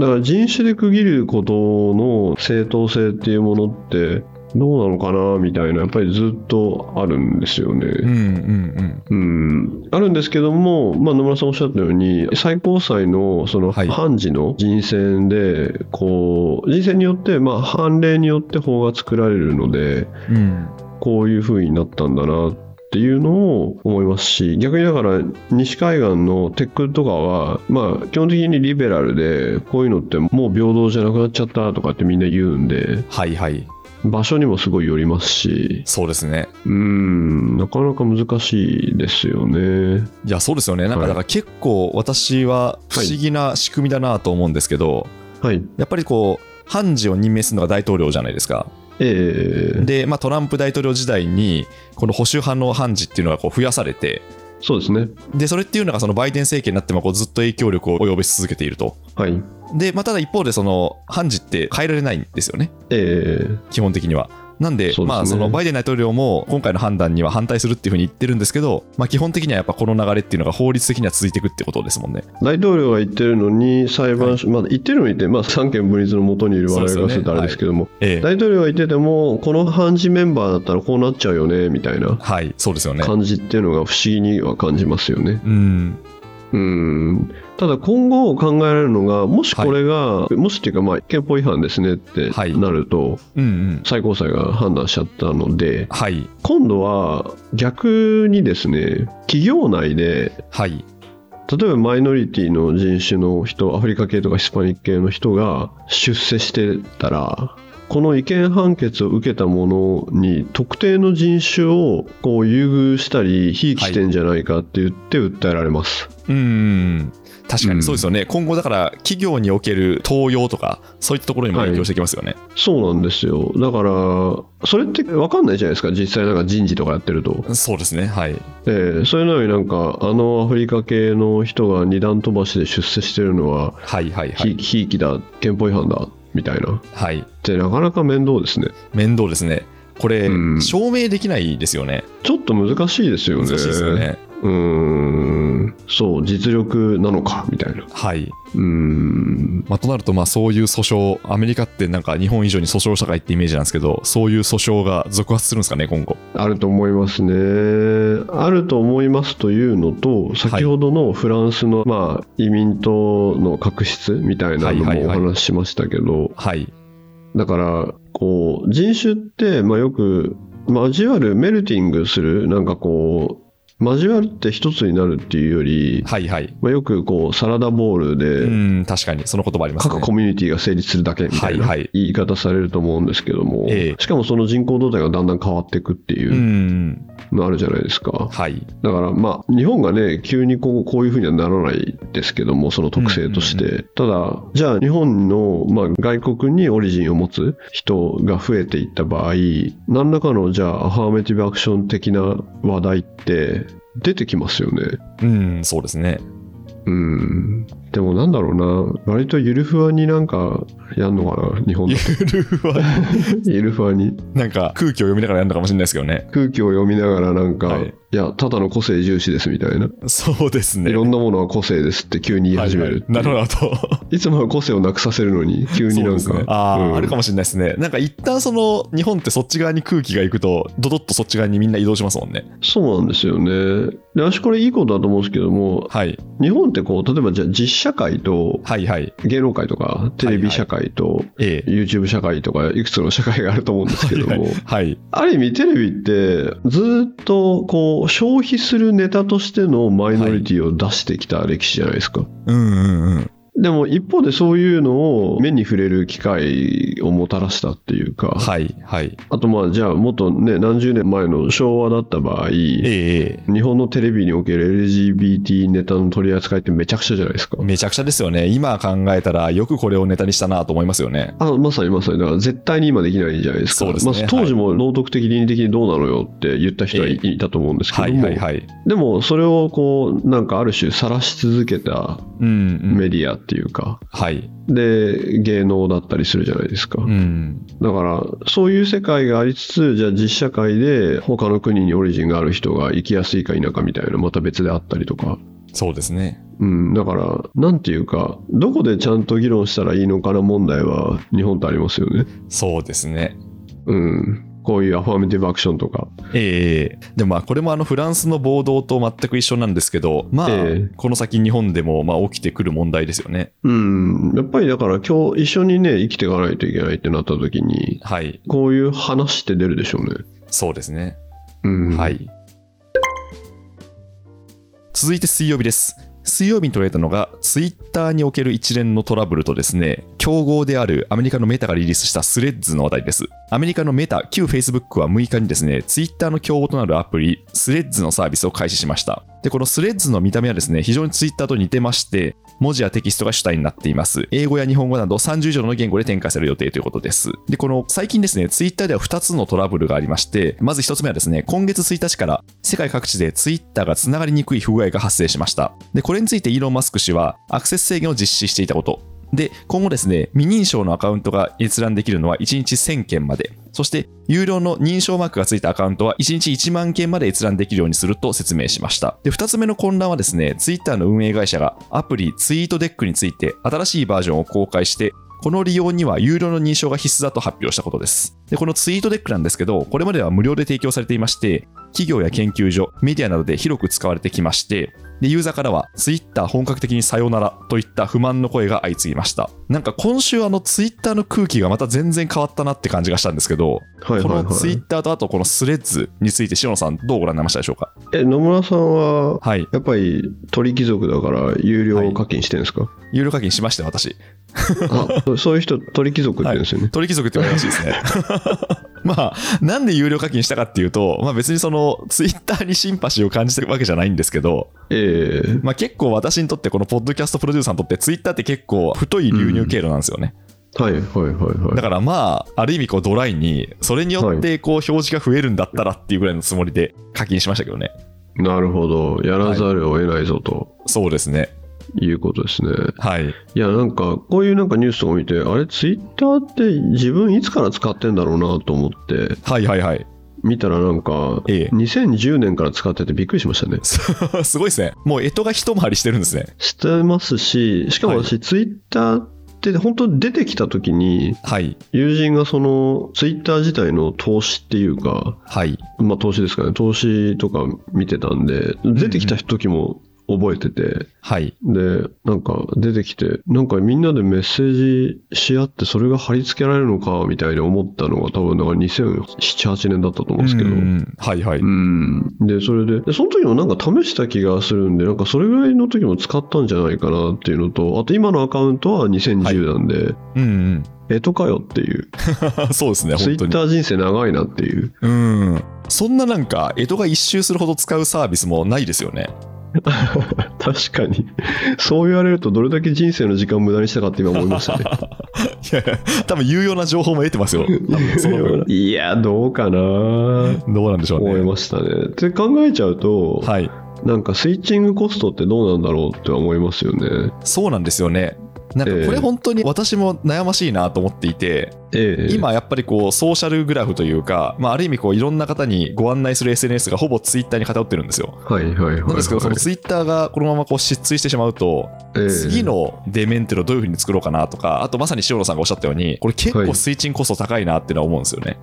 [SPEAKER 3] の、だから人種で区切ることの正当性っていうものって、どうなのかなみたいなやっぱりずっとあるんですよね。
[SPEAKER 2] うんうん
[SPEAKER 3] うん、あるんですけども、まあ、野村さんおっしゃったように最高裁のその
[SPEAKER 2] はい
[SPEAKER 3] 判事の人選で、こう人選によって、まあ、判例によって法が作られるので
[SPEAKER 2] うんうん
[SPEAKER 3] こういう風になったんだなっていうのを思いますし逆にだから西海岸のテックとかは、まあ、基本的にリベラルでこういうのってもう平等じゃなくなっちゃったとかってみんな言うんで
[SPEAKER 2] はいはい
[SPEAKER 3] 場所にもすごいよりますし
[SPEAKER 2] そうですね
[SPEAKER 3] うんなかなか難しいですよね。
[SPEAKER 2] いやそうですよねなんか
[SPEAKER 3] はい
[SPEAKER 2] だから結構私は不思議な仕組みだなと思うんですけど、
[SPEAKER 3] はい
[SPEAKER 2] やっぱりこう判事を任命するのが大統領じゃないですか
[SPEAKER 3] ええ
[SPEAKER 2] で、まあ、トランプ大統領時代にこの保守派の判事っていうのがこう増やされて
[SPEAKER 3] そうですね。
[SPEAKER 2] でそれっていうのがそのバイデン政権になってもこうずっと影響力を及ぼし続けていると
[SPEAKER 3] はい。
[SPEAKER 2] で、まあ、ただ一方でその判事って変えられないんですよね
[SPEAKER 3] ええ
[SPEAKER 2] 基本的には。なんで
[SPEAKER 3] そうですね
[SPEAKER 2] まあ、そのバイデン大統領も今回の判断には反対するっていうふうに言ってるんですけど、まあ、基本的にはやっぱこの流れっていうのが法律的には続いていくってことですもんね。
[SPEAKER 3] 大統領が言ってるのに、裁判所、まあ、言ってるのに言って、まあ、三権分立のもとにいる我々からするとあれですけども、
[SPEAKER 2] ええ、
[SPEAKER 3] 大統領が言ってても、この判事メンバーだったらこうなっちゃうよね、みたいな
[SPEAKER 2] はい、そうですよね。
[SPEAKER 3] 感じっていうのが不思議には感じますよね。
[SPEAKER 2] うん、
[SPEAKER 3] うん。ただ、今後考えられるのが、もしこれが、もしっていうか、まあ、憲法違反ですねって
[SPEAKER 2] はい
[SPEAKER 3] なると、
[SPEAKER 2] うん、うん、
[SPEAKER 3] 最高裁が判断しちゃったので、
[SPEAKER 2] はい、
[SPEAKER 3] 今度は逆にですね、企業内で
[SPEAKER 2] はい、
[SPEAKER 3] 例えばマイノリティの人種の人アフリカ系とかヒスパニック系の人が出世してたらこの違憲判決を受けた者に特定の人種をこう優遇したりひいきしてんじゃないかって言って訴えられます、
[SPEAKER 2] うんうん、確かにそうですよね、今後だから企業における登用とか、そういったところにも影響してきますよね。
[SPEAKER 3] そうなんですよだからそれって分かんないじゃないですか実際なんか人事とかやってると、
[SPEAKER 2] そうですね、はい、
[SPEAKER 3] ええそれなのになんかあのアフリカ系の人が二段飛ばしで出世してるのは
[SPEAKER 2] はい、はい、は
[SPEAKER 3] ひ
[SPEAKER 2] い
[SPEAKER 3] い、きひいきだ憲法違反だみたいなっ
[SPEAKER 2] はい、
[SPEAKER 3] てなかなか面倒ですね
[SPEAKER 2] 面倒ですね。これ、
[SPEAKER 3] うん
[SPEAKER 2] 証明できないですよね。
[SPEAKER 3] ちょっと難しいですよね。
[SPEAKER 2] 難しいですよね。
[SPEAKER 3] うーん、そう、実力なのかみたいな。う
[SPEAKER 2] はい。
[SPEAKER 3] ーん、
[SPEAKER 2] まあ、となると、まあ、そういう訴訟、アメリカってなんか日本以上に訴訟社会ってイメージなんですけど、そういう訴訟が続発するんですかね、今後。
[SPEAKER 3] あると思いますね。あると思いますというのと、先ほどのフランスの、まあ、移民党の確執みたいなの
[SPEAKER 2] はいはい
[SPEAKER 3] もお
[SPEAKER 2] はい
[SPEAKER 3] 話ししましたけど、
[SPEAKER 2] はい。
[SPEAKER 3] だから、こう、人種って、まあ、よく交わる、メルティングする、なんかこう、交わるって一つになるっていうより、
[SPEAKER 2] はいはい。
[SPEAKER 3] まあ、よくこうサラダボールで、
[SPEAKER 2] うん、確かに、その言葉ありますね
[SPEAKER 3] 各。コミュニティが成立するだけみたいな
[SPEAKER 2] はいはい
[SPEAKER 3] 言い方されると思うんですけども、
[SPEAKER 2] ええ
[SPEAKER 3] しかもその人口動態がだんだん変わっていくって
[SPEAKER 2] う、
[SPEAKER 3] いうんのあるじゃないですか、
[SPEAKER 2] はい。
[SPEAKER 3] だからまあ日本がね急にこうこういうふうにはならないですけどもその特性として、
[SPEAKER 2] うん
[SPEAKER 3] ただじゃあ日本の、まあ、外国にオリジンを持つ人が増えていった場合何らかのじゃあアファーメティブアクション的な話題って出てきますよね
[SPEAKER 2] うん、そうです ね。
[SPEAKER 3] うんでもなんだろうな割とゆるふわになんかやんのかな日本だと
[SPEAKER 2] ゆるふわに
[SPEAKER 3] イルファに
[SPEAKER 2] なんか空気を読みながらやるのかもしれないですけどね。
[SPEAKER 3] 空気を読みながらなんか、
[SPEAKER 2] はいい、
[SPEAKER 3] やただの個性重視ですみたいな、
[SPEAKER 2] そうですね。
[SPEAKER 3] いろんなものは個性ですって急に言い始めるっていう
[SPEAKER 2] はいはいなるほど。
[SPEAKER 3] いつもは個性をなくさせるのに急になん
[SPEAKER 2] そうですね
[SPEAKER 3] か、
[SPEAKER 2] あー、
[SPEAKER 3] うん
[SPEAKER 2] あるかもしれないですね。なんか一旦その日本ってそっち側に空気が行くと、ドドッとそっち側にみんな移動しますもんね。
[SPEAKER 3] そうなんですよねで私これいいことだと思うんですけども
[SPEAKER 2] はい、
[SPEAKER 3] 日本ってこう例えばじゃあ実社会と
[SPEAKER 2] はい、はい。
[SPEAKER 3] 芸能界とかテレビ社会と
[SPEAKER 2] A。
[SPEAKER 3] YouTube 社会とかいくつの社会があると思うんですけども、
[SPEAKER 2] はい、
[SPEAKER 3] ある意味テレビってずっとこう消費するネタとしてのマイノリティを出してきた歴史じゃないですか、
[SPEAKER 2] うんうんうん。
[SPEAKER 3] でも一方でそういうのを目に触れる機会をもたらしたっていうか、
[SPEAKER 2] はい、はい。
[SPEAKER 3] あとまあじゃあもっとね何十年前の昭和だった場合日
[SPEAKER 2] A、
[SPEAKER 3] 本のテレビにおける LGBT ネタの取り扱いってめちゃくちゃじゃないですか
[SPEAKER 2] A。。めちゃくちゃですよね。今考えたら、よくこれをネタにしたなと思いますよね。
[SPEAKER 3] あまさにまさに、だから絶対に今できないじゃないですか。
[SPEAKER 2] そうですね
[SPEAKER 3] まあ、当時も道徳的、倫理的にどうなのよって言った人はいいたと思うんですけ
[SPEAKER 2] は
[SPEAKER 3] ど
[SPEAKER 2] い、
[SPEAKER 3] も、
[SPEAKER 2] はい、はい。
[SPEAKER 3] でもそれをこうなんかある種晒し続けた
[SPEAKER 2] うん、うん。
[SPEAKER 3] メディアっていうか、
[SPEAKER 2] はい。
[SPEAKER 3] で芸能だったりするじゃないですか、
[SPEAKER 2] うん。
[SPEAKER 3] だからそういう世界がありつつじゃあ実社会で他の国にオリジンがある人が行きやすいか否かみたいなまた別であったりとか、
[SPEAKER 2] そうですね。
[SPEAKER 3] うん、だからなんていうかどこでちゃんと議論したらいいのかな問題は日本ってありますよね
[SPEAKER 2] そうですね。
[SPEAKER 3] うんこういうアファーメティブアクションとか。
[SPEAKER 2] ええでもまあこれもあのフランスの暴動と全く一緒なんですけど、まあ、
[SPEAKER 3] え
[SPEAKER 2] この先日本でもまあ起きてくる問題ですよね。
[SPEAKER 3] うん。やっぱりだから今日一緒にね、生きていかないといけないってなった時に、
[SPEAKER 2] はい、
[SPEAKER 3] こういう話って出るでしょうね。
[SPEAKER 2] そうですね。
[SPEAKER 3] うん。
[SPEAKER 2] は。い。続いて水曜日です。水曜日に取られたのが、ツイッターにおける一連のトラブルとですね、競合であるアメリカのメタがリリースしたスレッズの話題です。アメリカのメタ、旧 Facebook は6日にですね、ツイッターの競合となるアプリ、スレッズのサービスを開始しました。で、このスレッズの見た目はですね、非常にツイッターと似てまして、文字やテキストが主体になっています。英語や日本語など30以上の言語で展開される予定ということです。で、この最近ですね、ツイッターでは2つのトラブルがありまして、まず1つ目はですね、今月1日から世界各地でツイッターがつながりにくい不具合が発生しました。で、これについてイーロン・マスク氏は、アクセス制限を実施していたこと。で、今後ですね、未認証のアカウントが閲覧できるのは1日1000件まで。そして、有料の認証マークがついたアカウントは1日1万件まで閲覧できるようにすると説明しました。で、2つ目の混乱はですね、Twitter の運営会社がアプリツイートデックについて新しいバージョンを公開して、この利用には有料の認証が必須だと発表したことです。で、このツイートデックなんですけど、これまでは無料で提供されていまして、企業や研究所、メディアなどで広く使われてきまして、でユーザーからは、ツイッター本格的にさよならといった不満の声が相次ぎました。なんか今週、あのツイッターの空気がまた全然変わったなって感じがしたんですけど、
[SPEAKER 3] はい
[SPEAKER 2] こ
[SPEAKER 3] はい
[SPEAKER 2] のツイ
[SPEAKER 3] は
[SPEAKER 2] ッ
[SPEAKER 3] い。
[SPEAKER 2] ターとあとこのスレッズについて、し野さん、どうご覧になりましたでしょうか。
[SPEAKER 3] え、野村さんは、
[SPEAKER 2] はい、
[SPEAKER 3] やっぱり鳥貴族だから有料課金してるんですか、
[SPEAKER 2] 有料課金しましたよ、私。
[SPEAKER 3] あそそういう人鳥貴族って言うんですよね、
[SPEAKER 2] 鳥貴族って言われるらしいで すね。まあ、なんで有料課金したかっていうと、まあ、別にそのツイッターにシンパシーを感じてるわけじゃないんですけど、
[SPEAKER 3] ええ
[SPEAKER 2] まあ、結構私にとってこのポッドキャストプロデューサーにとってツイッターって結構太い流入経路なんですよね、
[SPEAKER 3] はいはいはいはい
[SPEAKER 2] だからまあある意味こうドライにそれによってこう表示が増えるんだったらっていうぐらいのつもりで課金しましたけどね
[SPEAKER 3] なるほどやらざるを得ないぞと
[SPEAKER 2] そうですね
[SPEAKER 3] いうことですね、
[SPEAKER 2] はい
[SPEAKER 3] い、やなんかこういうなんかニュースとか見てあれツイッターって自分いつから使ってんだろうなと思って
[SPEAKER 2] はいはいはい
[SPEAKER 3] 見たらなんか
[SPEAKER 2] ええ
[SPEAKER 3] 2010年から使っててびっくりしましたね
[SPEAKER 2] すごいですねもう干支が一回りしてるんですね
[SPEAKER 3] してますししかも私ツイッターって本当出てきた時に
[SPEAKER 2] はい
[SPEAKER 3] 友人がそのツイッター自体の投資っていうか
[SPEAKER 2] はい
[SPEAKER 3] まあ、投資ですかね投資とか見てたんで出てきた時も覚えてて、
[SPEAKER 2] はい
[SPEAKER 3] でなんか出てきてなんかみんなでメッセージし合ってそれが貼り付けられるのかみたいに思ったのが多分だから2007,8年だったと思うんですけど。
[SPEAKER 2] う
[SPEAKER 3] うん
[SPEAKER 2] んはいはい
[SPEAKER 3] でそれででその時もなんか試した気がするんでなんかそれぐらいの時も使ったんじゃないかなっていうのとあと今のアカウントは2010なんで、
[SPEAKER 2] うん
[SPEAKER 3] えとかよっていう
[SPEAKER 2] うんそうですね
[SPEAKER 3] ツ
[SPEAKER 2] 本
[SPEAKER 3] イ
[SPEAKER 2] 当
[SPEAKER 3] ッ
[SPEAKER 2] に
[SPEAKER 3] ター人生長いなっていう
[SPEAKER 2] うんそんななんか干支が一周するほど使うサービスもないですよね
[SPEAKER 3] 確かにそう言われるとどれだけ人生の時間を無駄にしたかって今思いましたね
[SPEAKER 2] いやいや多分有用な情報も得てますよ多分 その分
[SPEAKER 3] いやどうかな
[SPEAKER 2] どうなんでしょう
[SPEAKER 3] 思い
[SPEAKER 2] ね。
[SPEAKER 3] ましたねって考えちゃうと、
[SPEAKER 2] はい、
[SPEAKER 3] なんかスイッチングコストってどうなんだろうって思いますよね
[SPEAKER 2] そうなんですよね。なんかこ
[SPEAKER 3] え
[SPEAKER 2] れ
[SPEAKER 3] え
[SPEAKER 2] 本当に私も悩ましいなと思っていて、
[SPEAKER 3] ええ
[SPEAKER 2] 今やっぱりこうソーシャルグラフというか、まあ、ある意味こういろんな方にご案内する SNS がほぼツイッターに偏ってるんですよ。
[SPEAKER 3] はいはいはいはい
[SPEAKER 2] なんですけど、そのツイッターがこのままこう失墜してしまうと、
[SPEAKER 3] ええ
[SPEAKER 2] 次のデメンテロどういうふうに作ろうかなとか、あとまさに塩野さんがおっしゃったように、これ結
[SPEAKER 3] は
[SPEAKER 2] 構
[SPEAKER 3] い
[SPEAKER 2] スイッチングコスト高いなっていうのは思うんですよね。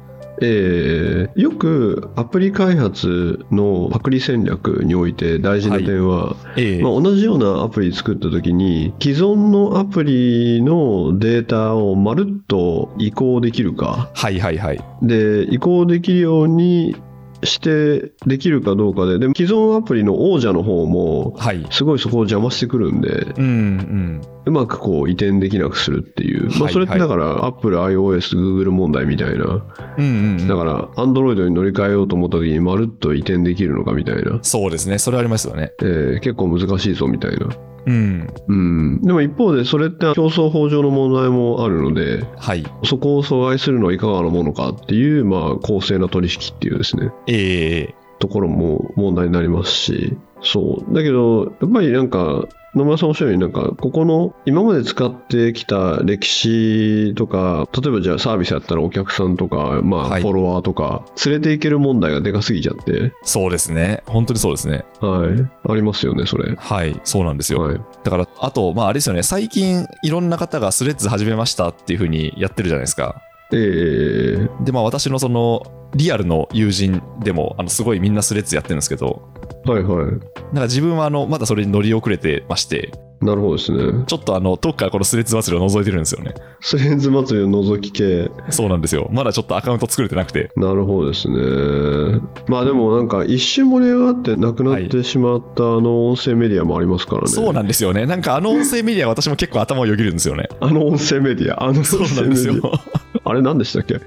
[SPEAKER 3] ええよくアプリ開発のパクリ戦略において大事な点は、
[SPEAKER 2] ええ
[SPEAKER 3] まあ、同じようなアプリ作った時に既存のアプリのデータをまるっと移行できるか
[SPEAKER 2] はいはいはい。
[SPEAKER 3] で移行できるようにしてできるかどうかででも既存アプリの王者の方も
[SPEAKER 2] はい。
[SPEAKER 3] すごいそこを邪魔してくるんで
[SPEAKER 2] うんうん。
[SPEAKER 3] うまくこう移転できなくするっていう、ま
[SPEAKER 2] は
[SPEAKER 3] あ、
[SPEAKER 2] い
[SPEAKER 3] それって
[SPEAKER 2] はい
[SPEAKER 3] だからアップル iOSGoogle 問題みたいな
[SPEAKER 2] うんうんう
[SPEAKER 3] だ
[SPEAKER 2] ん。
[SPEAKER 3] から Android に乗り換えようと思った時にまるっと移転できるのかみたいな、
[SPEAKER 2] そうですね。それはありますよね。
[SPEAKER 3] えー結構難しいぞみたいな
[SPEAKER 2] うん。
[SPEAKER 3] うん、でも一方でそれって競争法上の問題もあるので
[SPEAKER 2] はい。
[SPEAKER 3] そこを阻害するのはいかがなものかっていう、まあ、公正な取引っていうですね
[SPEAKER 2] ええ
[SPEAKER 3] ところも問題になりますしそうだけどやっぱりなんか野村さんおっしゃるようになんかここの今まで使ってきた歴史とか例えばじゃあサービスやったらお客さんとか、ま
[SPEAKER 2] は
[SPEAKER 3] あ、
[SPEAKER 2] い
[SPEAKER 3] フォロワーとか連れていける問題がでかすぎちゃって、
[SPEAKER 2] そうですね。本当にそうですね。
[SPEAKER 3] はい、ありますよねそれ。
[SPEAKER 2] はい、そうなんですよ。
[SPEAKER 3] はい、
[SPEAKER 2] だから、あと、まあ、あれですよね、最近、いろんな方がスレッズ始めましたっていうふうにやってるじゃないですか。
[SPEAKER 3] ええ
[SPEAKER 2] で、まあ、私のその、リアルの友人でもあのすごいみんなスレッズやってるんですけど
[SPEAKER 3] はいはい。
[SPEAKER 2] なんか自分はあのまだそれに乗り遅れてまして
[SPEAKER 3] なるほどですね。
[SPEAKER 2] ちょっとあの遠くからこのスレッズ祭りを覗いてるんですよね
[SPEAKER 3] スレンズ祭りを除き系。
[SPEAKER 2] そうなんですよまだちょっとアカウント作れてなくて
[SPEAKER 3] なるほどですね。まあでもなんか一瞬盛り上がってなくなってしまったあの音声メディアもありますからね。
[SPEAKER 2] そうなんですよねなんかあの音声メディア私も結構頭をよぎるんですよ ね
[SPEAKER 3] あの音声メディア、あの音
[SPEAKER 2] そうな
[SPEAKER 3] 声
[SPEAKER 2] ん
[SPEAKER 3] メ
[SPEAKER 2] で
[SPEAKER 3] デ
[SPEAKER 2] す
[SPEAKER 3] ィ
[SPEAKER 2] よ
[SPEAKER 3] ア。あれ何でしたっけ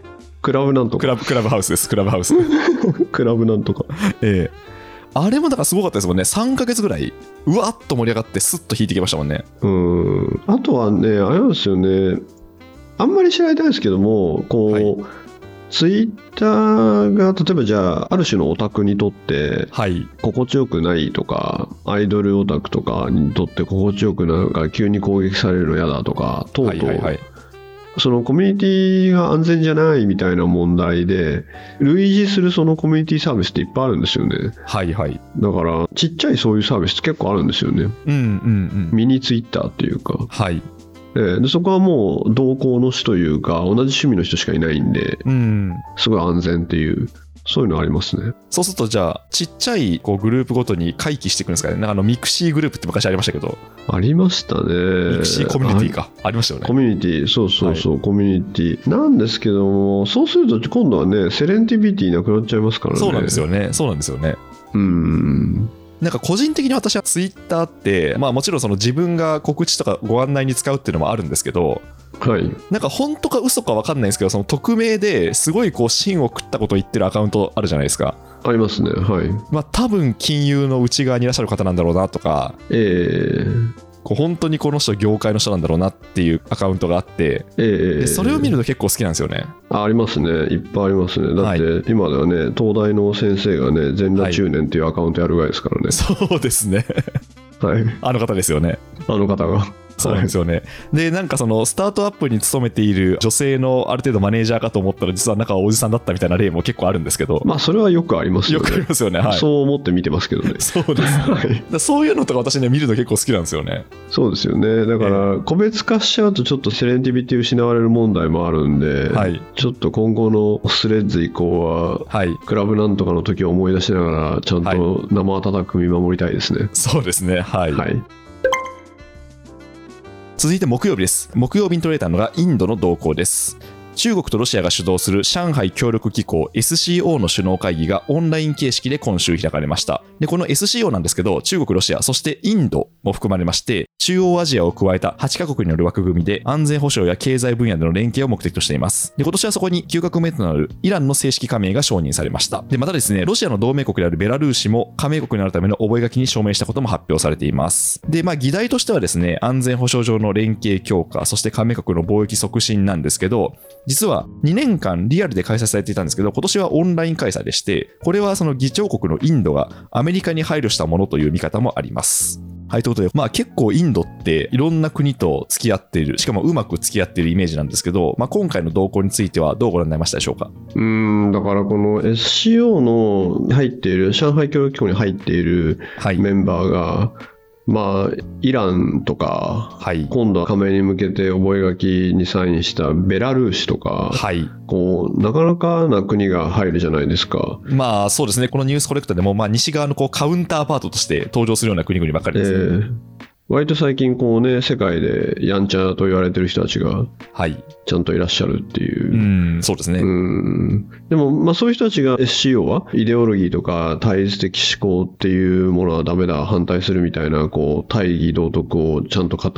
[SPEAKER 3] クラブなんと
[SPEAKER 2] ク
[SPEAKER 3] か。
[SPEAKER 2] ラブクラブハウスですクラブハウス
[SPEAKER 3] クラブなんとか。
[SPEAKER 2] ええあれもだからすごかったですもんね3ヶ月ぐらいうわっと盛り上がってスッと引いてきましたもんね
[SPEAKER 3] うん。あとはね、あれなんですよね。あんまり知られてないですけども、こう、
[SPEAKER 2] はい
[SPEAKER 3] ツイッターが例えばじゃあある種のオタクにとって
[SPEAKER 2] はい
[SPEAKER 3] 心地よくないとかアイドルオタクとかにとって心地よくないから急に攻撃されるの嫌だとかとうとう、
[SPEAKER 2] はいはいはい
[SPEAKER 3] そのコミュニティが安全じゃないみたいな問題で類似するそのコミュニティサービスっていっぱいあるんですよね
[SPEAKER 2] はいはい
[SPEAKER 3] だからちっちゃいそういうサービスって結構あるんですよね
[SPEAKER 2] うんうんうん
[SPEAKER 3] ミニツイッターっていうか、
[SPEAKER 2] はい
[SPEAKER 3] ええでそこはもう同行の人というか同じ趣味の人しかいないんで
[SPEAKER 2] うん
[SPEAKER 3] すごい安全っていうそういうのありますね
[SPEAKER 2] そうするとじゃあちっちゃいこうグループごとに回帰していくんですかねなんかあのミクシーグループって昔ありましたけど、
[SPEAKER 3] ありましたね
[SPEAKER 2] ミクシーコミュニティかありましたよ
[SPEAKER 3] コ
[SPEAKER 2] ね
[SPEAKER 3] ミュニティそうそうそう、コミュニティなんですけどもそうすると今度はねセレンティビティなくなっちゃいますからね
[SPEAKER 2] そうなんです
[SPEAKER 3] よ
[SPEAKER 2] よねそうなんですよね
[SPEAKER 3] うん
[SPEAKER 2] なんか個人的に私はツイッターって、まあ、もちろんその自分が告知とかご案内に使うっていうのもあるんですけど
[SPEAKER 3] はい
[SPEAKER 2] なんか本当か嘘か分かんないんですけどその匿名ですごいこう芯を食ったことを言ってるアカウントあるじゃないですか
[SPEAKER 3] ありますねはい
[SPEAKER 2] まあ多分金融の内側にいらっしゃる方なんだろうなとか
[SPEAKER 3] えー、
[SPEAKER 2] こう本当にこの人業界の人なんだろうなっていうアカウントがあって
[SPEAKER 3] えー、
[SPEAKER 2] でそれを見ると結構好きなんですよ ね
[SPEAKER 3] あありますねいっぱいありますねだって、今ではね東大の先生がね全裸中年っていうアカウントやるぐらいですからね
[SPEAKER 2] そうですね
[SPEAKER 3] はい、
[SPEAKER 2] あの方ですよね
[SPEAKER 3] あの方が
[SPEAKER 2] そうなんですよね。で、なんかそのスタートアップに勤めている女性のある程度マネージャーかと思ったら、実は中はおじさんだったみたいな例も結構あるんですけど、
[SPEAKER 3] まあそれはよくあります
[SPEAKER 2] よ
[SPEAKER 3] よね
[SPEAKER 2] くありますよね。はい。
[SPEAKER 3] そう思って見てますけ どね
[SPEAKER 2] そうです。だ か
[SPEAKER 3] はい
[SPEAKER 2] らそういうのとか私ね、見るの結構好きなんですよね。
[SPEAKER 3] そうですよねだから個別化しちゃうとちょっとセレンティビティ失われる問題もあるんで、
[SPEAKER 2] はい。
[SPEAKER 3] ちょっと今後のスレッズ以降は
[SPEAKER 2] はい。
[SPEAKER 3] クラブなんとかの時を思い出しながらちゃん
[SPEAKER 2] はい
[SPEAKER 3] と生温く見守りたいですね
[SPEAKER 2] そうですね。はい。
[SPEAKER 3] はい
[SPEAKER 2] 続いて木曜日です。木曜日に取れたのがインドの動向です。中国とロシアが主導する上海協力機構 SCO の首脳会議がオンライン形式で今週開かれました。で、この SCO なんですけど、中国、ロシア、そしてインドも含まれまして、中央アジアを加えた8カ国による枠組みで安全保障や経済分野での連携を目的としています。で、今年はそこに9カ国目となるイランの正式加盟が承認されました。で、またですね、ロシアの同盟国であるベラルーシも加盟国になるための覚書きに署名したことも発表されています。で、まあ、議題としてはですね、安全保障上の連携強化、そして加盟国の貿易促進なんですけど、実は2年間リアルで開催されていたんですけど、今年はオンライン開催でして、これはその議長国のインドがアメリカに配慮したものという見方もあります。はい、ということで、まあ結構インドっていろんな国と付き合っている、しかもうまく付き合っているイメージなんですけど、まあ今回の動向についてはどうご覧になりましたでしょうか。
[SPEAKER 3] うーんだからこの SCO の入っている上海協力機構に入っている
[SPEAKER 2] はい。
[SPEAKER 3] メンバーが、まあ、イランとか
[SPEAKER 2] はい。
[SPEAKER 3] 今度は加盟に向けて覚書にサインしたベラルーシとか、
[SPEAKER 2] はい。
[SPEAKER 3] こうなかなかな国が入るじゃないですか。
[SPEAKER 2] まあそうですね、このニュースコレクターでも、まあ西側のこうカウンターパートとして登場するような国々ばっかり
[SPEAKER 3] え
[SPEAKER 2] ですね。
[SPEAKER 3] ー割と最近こうね世界でやんちゃと言われてる人たちが
[SPEAKER 2] はい。
[SPEAKER 3] ちゃんといらっしゃるっていうう。
[SPEAKER 2] ん、そうですね。
[SPEAKER 3] うんでも、まあ、そういう人たちが SCO はイデオロギーとか対立的思考っていうものはダメだ反対するみたいなこう大義道徳をちゃんと語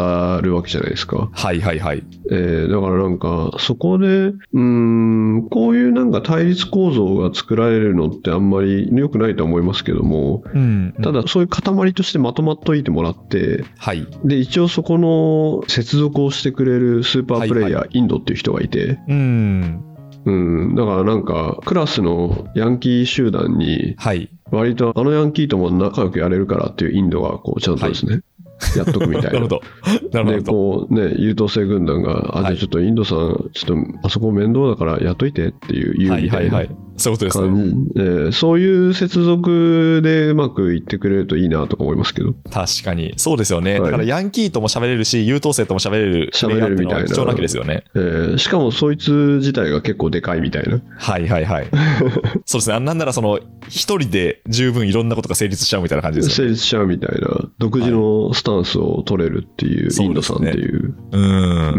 [SPEAKER 3] るわけじゃないですか、
[SPEAKER 2] はいはいはい。
[SPEAKER 3] えーだからなんかそこでうんこういうなんか対立構造が作られるのってあんまり良くないとは思いますけども
[SPEAKER 2] うん
[SPEAKER 3] ただそういう塊としてまとまっといてもらって
[SPEAKER 2] はい。
[SPEAKER 3] で一応そこの接続をしてくれるスーパープレイヤー、インドっていう人がいて、
[SPEAKER 2] うん。
[SPEAKER 3] うん、だからなんかクラスのヤンキー集団に
[SPEAKER 2] はい。
[SPEAKER 3] 割とあのヤンキーとも仲良くやれるからっていうインドがこうちゃんとですね、やっとくみ
[SPEAKER 2] な
[SPEAKER 3] た
[SPEAKER 2] い
[SPEAKER 3] な。
[SPEAKER 2] るほど。なる
[SPEAKER 3] で
[SPEAKER 2] ほど。
[SPEAKER 3] こうね、優等生軍団が、
[SPEAKER 2] は
[SPEAKER 3] あ、
[SPEAKER 2] い
[SPEAKER 3] じゃあちょっとインドさん、ちょっとあそこ面倒だから雇いてっていう言う
[SPEAKER 2] はい
[SPEAKER 3] みた
[SPEAKER 2] はいい
[SPEAKER 3] な、
[SPEAKER 2] はい。そういうことですね。
[SPEAKER 3] 感じ、えーそういう接続でうまくいってくれるといいなとか思いますけど。
[SPEAKER 2] 確かに。そうですよね。
[SPEAKER 3] はい
[SPEAKER 2] だからヤンキーとも喋れるし、優等生とも喋れる。
[SPEAKER 3] 喋れるみた
[SPEAKER 2] レイヤー
[SPEAKER 3] いな
[SPEAKER 2] っていうのは貴重なわけですよね。
[SPEAKER 3] えーしかもそいつ自体が結構でかいみたいな。
[SPEAKER 2] はいはい はい。そうですね。あなんならその、一人で十分いろんなことが成立しちゃうみたいな感じですよね。
[SPEAKER 3] 成立しちゃうみたいな。独自のスタンスを取れるっていう、
[SPEAKER 2] そう
[SPEAKER 3] インド
[SPEAKER 2] です
[SPEAKER 3] さ
[SPEAKER 2] ね
[SPEAKER 3] んっていう。
[SPEAKER 2] う。
[SPEAKER 3] うん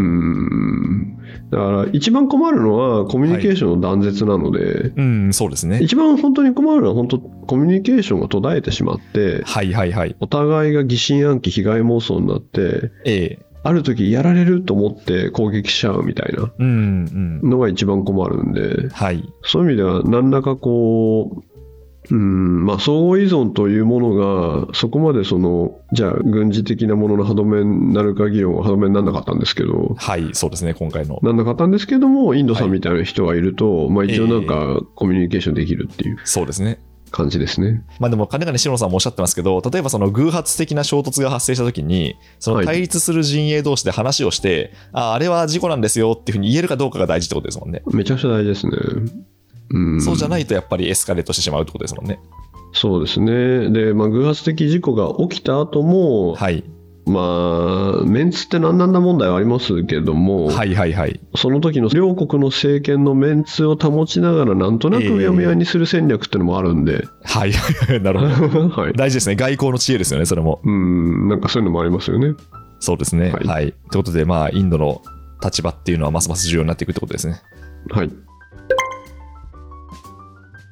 [SPEAKER 3] ん。だから一番困るのはコミュニケーションの断絶なので、
[SPEAKER 2] うん、そうですね。
[SPEAKER 3] 一番本当に困るのは本当コミュニケーションが途絶えてしまって、
[SPEAKER 2] はいはいはい。
[SPEAKER 3] お互いが疑心暗鬼被害妄想になって、
[SPEAKER 2] ええ。
[SPEAKER 3] ある時やられると思って攻撃しちゃうみたいな
[SPEAKER 2] うんうん。
[SPEAKER 3] のが一番困るんで、
[SPEAKER 2] はい。
[SPEAKER 3] そういう意味では何らかこう、うんまあ、相互依存というものがそこまでそのじゃあ軍事的なものの歯止めになるか議論は歯止めにならなかったんですけど
[SPEAKER 2] はい、そうですね、今回の。
[SPEAKER 3] なんなかったんですけどもインドさんみたいな人がいると、まあ、一応なんかコミュニケーションできるっていう
[SPEAKER 2] そうですね。
[SPEAKER 3] 感じですね。
[SPEAKER 2] まあでも、金谷志郎さんもおっしゃってますけど、例えばその偶発的な衝突が発生したときに、その対立する陣営同士で話をして、ああれは事故なんですよっていうふうに言えるかどうかが大事ってことですもんね。
[SPEAKER 3] めちゃくちゃ大事ですね。うん、
[SPEAKER 2] そうじゃないいとやっぱりエスカレートしてしまうってことですもんね。
[SPEAKER 3] そうですねで、まあ、偶発的事故が起きた後も、
[SPEAKER 2] はい。
[SPEAKER 3] まあメンツって何なんだ問題はありますけども、
[SPEAKER 2] はいはいはい。
[SPEAKER 3] その時の両国の政権のメンツを保ちながら、なんとなくうやむやにする戦略ってのもあるんで、
[SPEAKER 2] はい はいはい。なるほど。
[SPEAKER 3] はい。
[SPEAKER 2] 大事ですね。外交の知恵ですよね、それも。
[SPEAKER 3] うん、なんかそういうのもありますよね。
[SPEAKER 2] そうですね。は。
[SPEAKER 3] はいい
[SPEAKER 2] と、い、うことで、まあ、インドの立場っていうのはますます重要になっていくってことですね。
[SPEAKER 3] はい。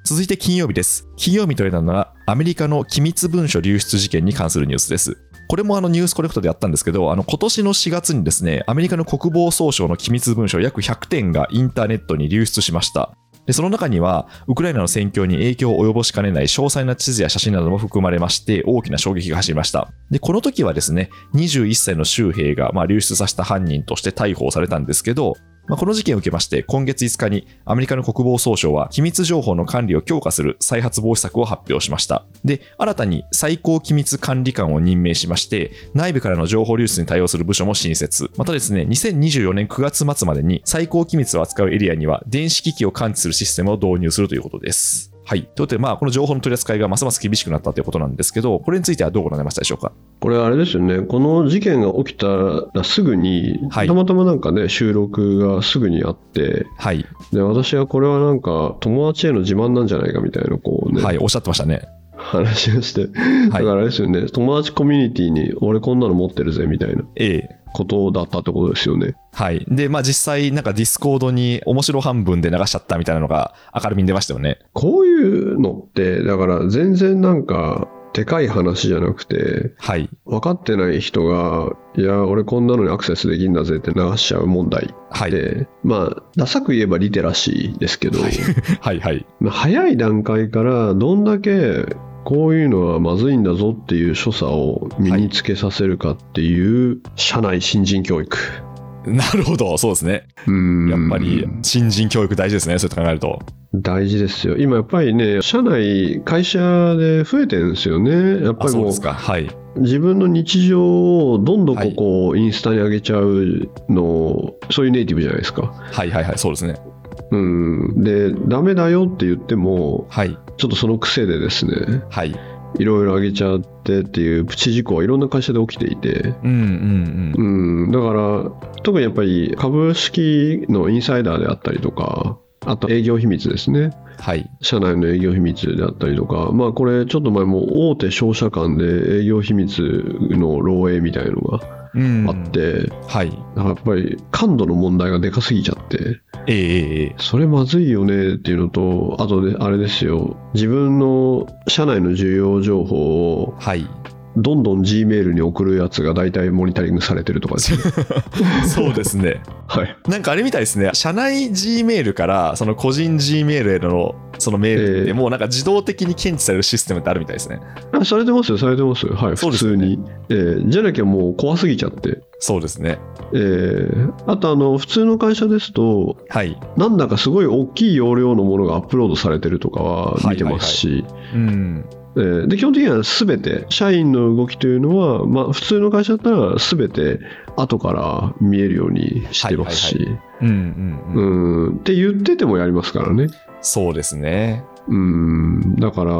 [SPEAKER 2] 続いて金曜日です。金曜日とれたのは、アメリカの機密文書流出事件に関するニュースです。これもあのニュースコレクトでやったんですけど、あの今年の4月にですね、アメリカの国防総省の機密文書約100点がインターネットに流出しました。でその中には、ウクライナの戦況に影響を及ぼしかねない詳細な地図や写真なども含まれまして、大きな衝撃が走りました。で、この時はですね、21歳の州兵が、まあ、流出させた犯人として逮捕されたんですけど、まあ、この事件を受けまして、今月5日にアメリカの国防総省は機密情報の管理を強化する再発防止策を発表しました。で、新たに最高機密管理官を任命しまして、内部からの情報流出に対応する部署も新設。またですね、2024年9月末までに最高機密を扱うエリアには電子機器を感知するシステムを導入するということです。はい。ということで、まあ、この情報の取り扱いがますます厳しくなったということなんですけど、これについてはどうご覧になりましたでしょうか。
[SPEAKER 3] これ、あれですよね、この事件が起きたらすぐに、
[SPEAKER 2] はい
[SPEAKER 3] たまたまなんかね、収録がすぐにあって、
[SPEAKER 2] はい。
[SPEAKER 3] で、私はこれはなんか、友達への自慢なんじゃないかみたいな、こうね、
[SPEAKER 2] はい、おっしゃってましたね。
[SPEAKER 3] 話をして、だ
[SPEAKER 2] は
[SPEAKER 3] か
[SPEAKER 2] い
[SPEAKER 3] らあれですよね、友達コミュニティに、俺こんなの持ってるぜみたいな
[SPEAKER 2] A、
[SPEAKER 3] ことだったってことですよね。
[SPEAKER 2] はい。で、まあ実際、なんかディスコードに面白半分で流しちゃったみたいなのが明るみに出ましたよね。
[SPEAKER 3] こういうのって、だから全然なんか、でかい話じゃなくて、
[SPEAKER 2] はい。
[SPEAKER 3] 分かってない人が、いや、俺こんなのにアクセスできんだぜって流しちゃう問題
[SPEAKER 2] はい。
[SPEAKER 3] で、まあ、ダサく言えばリテラシーですけど、
[SPEAKER 2] はいはい。
[SPEAKER 3] まあ 早い段階からどんだけこういうのはまずいんだぞっていう所作を身につけさせるかっていう、社内新人教育。
[SPEAKER 2] なるほど。そうですね。
[SPEAKER 3] うん
[SPEAKER 2] やっぱり、新人教育大事ですね。そうやって考えると。
[SPEAKER 3] 大事ですよ今やっぱりね社内会社で増えてるんですよねやっぱ
[SPEAKER 2] あ、
[SPEAKER 3] り
[SPEAKER 2] そう
[SPEAKER 3] も
[SPEAKER 2] で
[SPEAKER 3] う
[SPEAKER 2] すか。はい。
[SPEAKER 3] 自分の日常をどんどんここをインスタに上げちゃうの、そういうネイティブじゃないですか。
[SPEAKER 2] はいはいはい。そうですね。
[SPEAKER 3] うん、でダメだよって言っても
[SPEAKER 2] はい。
[SPEAKER 3] ちょっとその癖でですね
[SPEAKER 2] はい。
[SPEAKER 3] いろいろ上げちゃってっていうプチ事故はいろんな会社で起きていて。
[SPEAKER 2] うんうんうん。
[SPEAKER 3] うん、だから特にやっぱり株式のインサイダーであったりとかあと営業秘密ですね
[SPEAKER 2] はい。
[SPEAKER 3] 社内の営業秘密であったりとか、まあ、これちょっと前も大手商社間で営業秘密の漏洩みたいのが
[SPEAKER 2] うん。
[SPEAKER 3] あって、
[SPEAKER 2] はい。
[SPEAKER 3] だからやっぱり感度の問題がでかすぎちゃって
[SPEAKER 2] ええええ
[SPEAKER 3] それまずいよねっていうのとあとであれですよ自分の社内の重要情報を
[SPEAKER 2] はい。
[SPEAKER 3] どんどん G メールに送るやつが大体モニタリングされてるとかで すね
[SPEAKER 2] そうです ね。
[SPEAKER 3] はい
[SPEAKER 2] なんかあれみたいですね。社内 G メールから、その個人 G メールへの、そのメールって、
[SPEAKER 3] ええ
[SPEAKER 2] もうなんか自動的に検知されるシステムってあるみたいですね。
[SPEAKER 3] あされてますよされてますよはい
[SPEAKER 2] そう
[SPEAKER 3] 普
[SPEAKER 2] ですよ
[SPEAKER 3] 通
[SPEAKER 2] ね
[SPEAKER 3] に、えーじゃなきゃもう怖すぎちゃって、
[SPEAKER 2] そうですね。
[SPEAKER 3] えーあとあの普通の会社ですと
[SPEAKER 2] はい。
[SPEAKER 3] なんだかすごい大きい容量のものがアップロードされてるとかは見てますし、
[SPEAKER 2] うん。
[SPEAKER 3] えーで基本的には全て社員の動きというのは、まあ、普通の会社だったら全て後から見えるようにしてますし、
[SPEAKER 2] うんうんうん。
[SPEAKER 3] うんって言っててもやりますからね
[SPEAKER 2] そうですね。
[SPEAKER 3] うん、だから、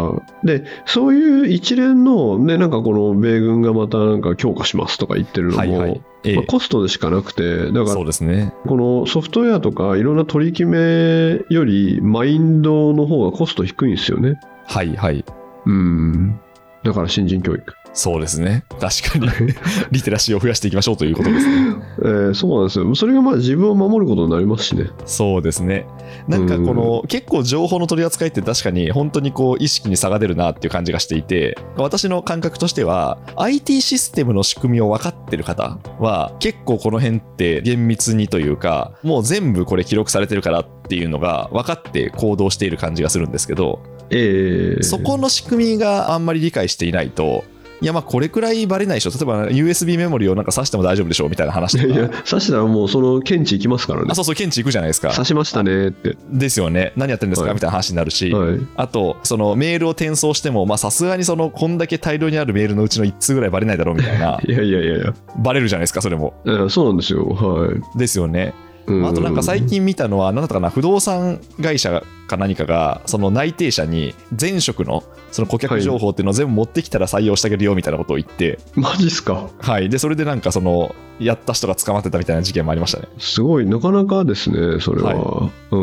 [SPEAKER 3] で、そういう一連の、ね、なんかこの米軍がまたなんか強化しますとか言ってるのも、
[SPEAKER 2] はいはい。ええ
[SPEAKER 3] まあ、コストでしかなくて、だから
[SPEAKER 2] そうですね。
[SPEAKER 3] このソフトウェアとかいろんな取り決めよりマインドの方がコスト低いんですよね。
[SPEAKER 2] はいはい。
[SPEAKER 3] うん。だから新人教育。
[SPEAKER 2] そうですね。確かに。 リテラシーを増やしていきましょうということですね。
[SPEAKER 3] えーそうなんですよ。それがまあ自分を守ることになりますしね。
[SPEAKER 2] そうですね。なんかこの、結構情報の取り扱いって確かに本当にこう意識に差が出るなっていう感じがしていて、私の感覚としては、IT システムの仕組みを分かってる方は、結構この辺って厳密にというか、もう全部これ記録されてるからっていうのが分かって行動している感じがするんですけど、
[SPEAKER 3] えー、
[SPEAKER 2] そこの仕組みがあんまり理解していないと、いやまあこれくらいバレないでしょ、例えば USB メモリをなんか挿しても大丈夫でしょみたいな話
[SPEAKER 3] いやい
[SPEAKER 2] と
[SPEAKER 3] や
[SPEAKER 2] か、、
[SPEAKER 3] 刺したらもうその検知行きますからね
[SPEAKER 2] あ。そうそう、検知行くじゃないですか。
[SPEAKER 3] 刺しましたねって。
[SPEAKER 2] ですよね、何やってんですか、
[SPEAKER 3] はい
[SPEAKER 2] みたいな話になるし、
[SPEAKER 3] はい。、
[SPEAKER 2] あと、そのメールを転送しても、まあさすがにそのこんだけ大量にあるメールのうちの1通ぐらいバレないだろうみたいな
[SPEAKER 3] いやいやいやいや
[SPEAKER 2] バレるじゃないですか、それも。
[SPEAKER 3] えー。そうなんですよ。はい。
[SPEAKER 2] ですよね。
[SPEAKER 3] うん
[SPEAKER 2] あとなんか最近見たのは、何だったかな、不動産会社か何かが、その内定者に前職のその顧客情報っていうのを全部持ってきたら採用してあげるよみたいなことを言って、
[SPEAKER 3] マジっすか。
[SPEAKER 2] はい、でそれでなんかそのやった人が捕まってたみたいな事件もありましたね
[SPEAKER 3] すごい、なかなかですね、それは。う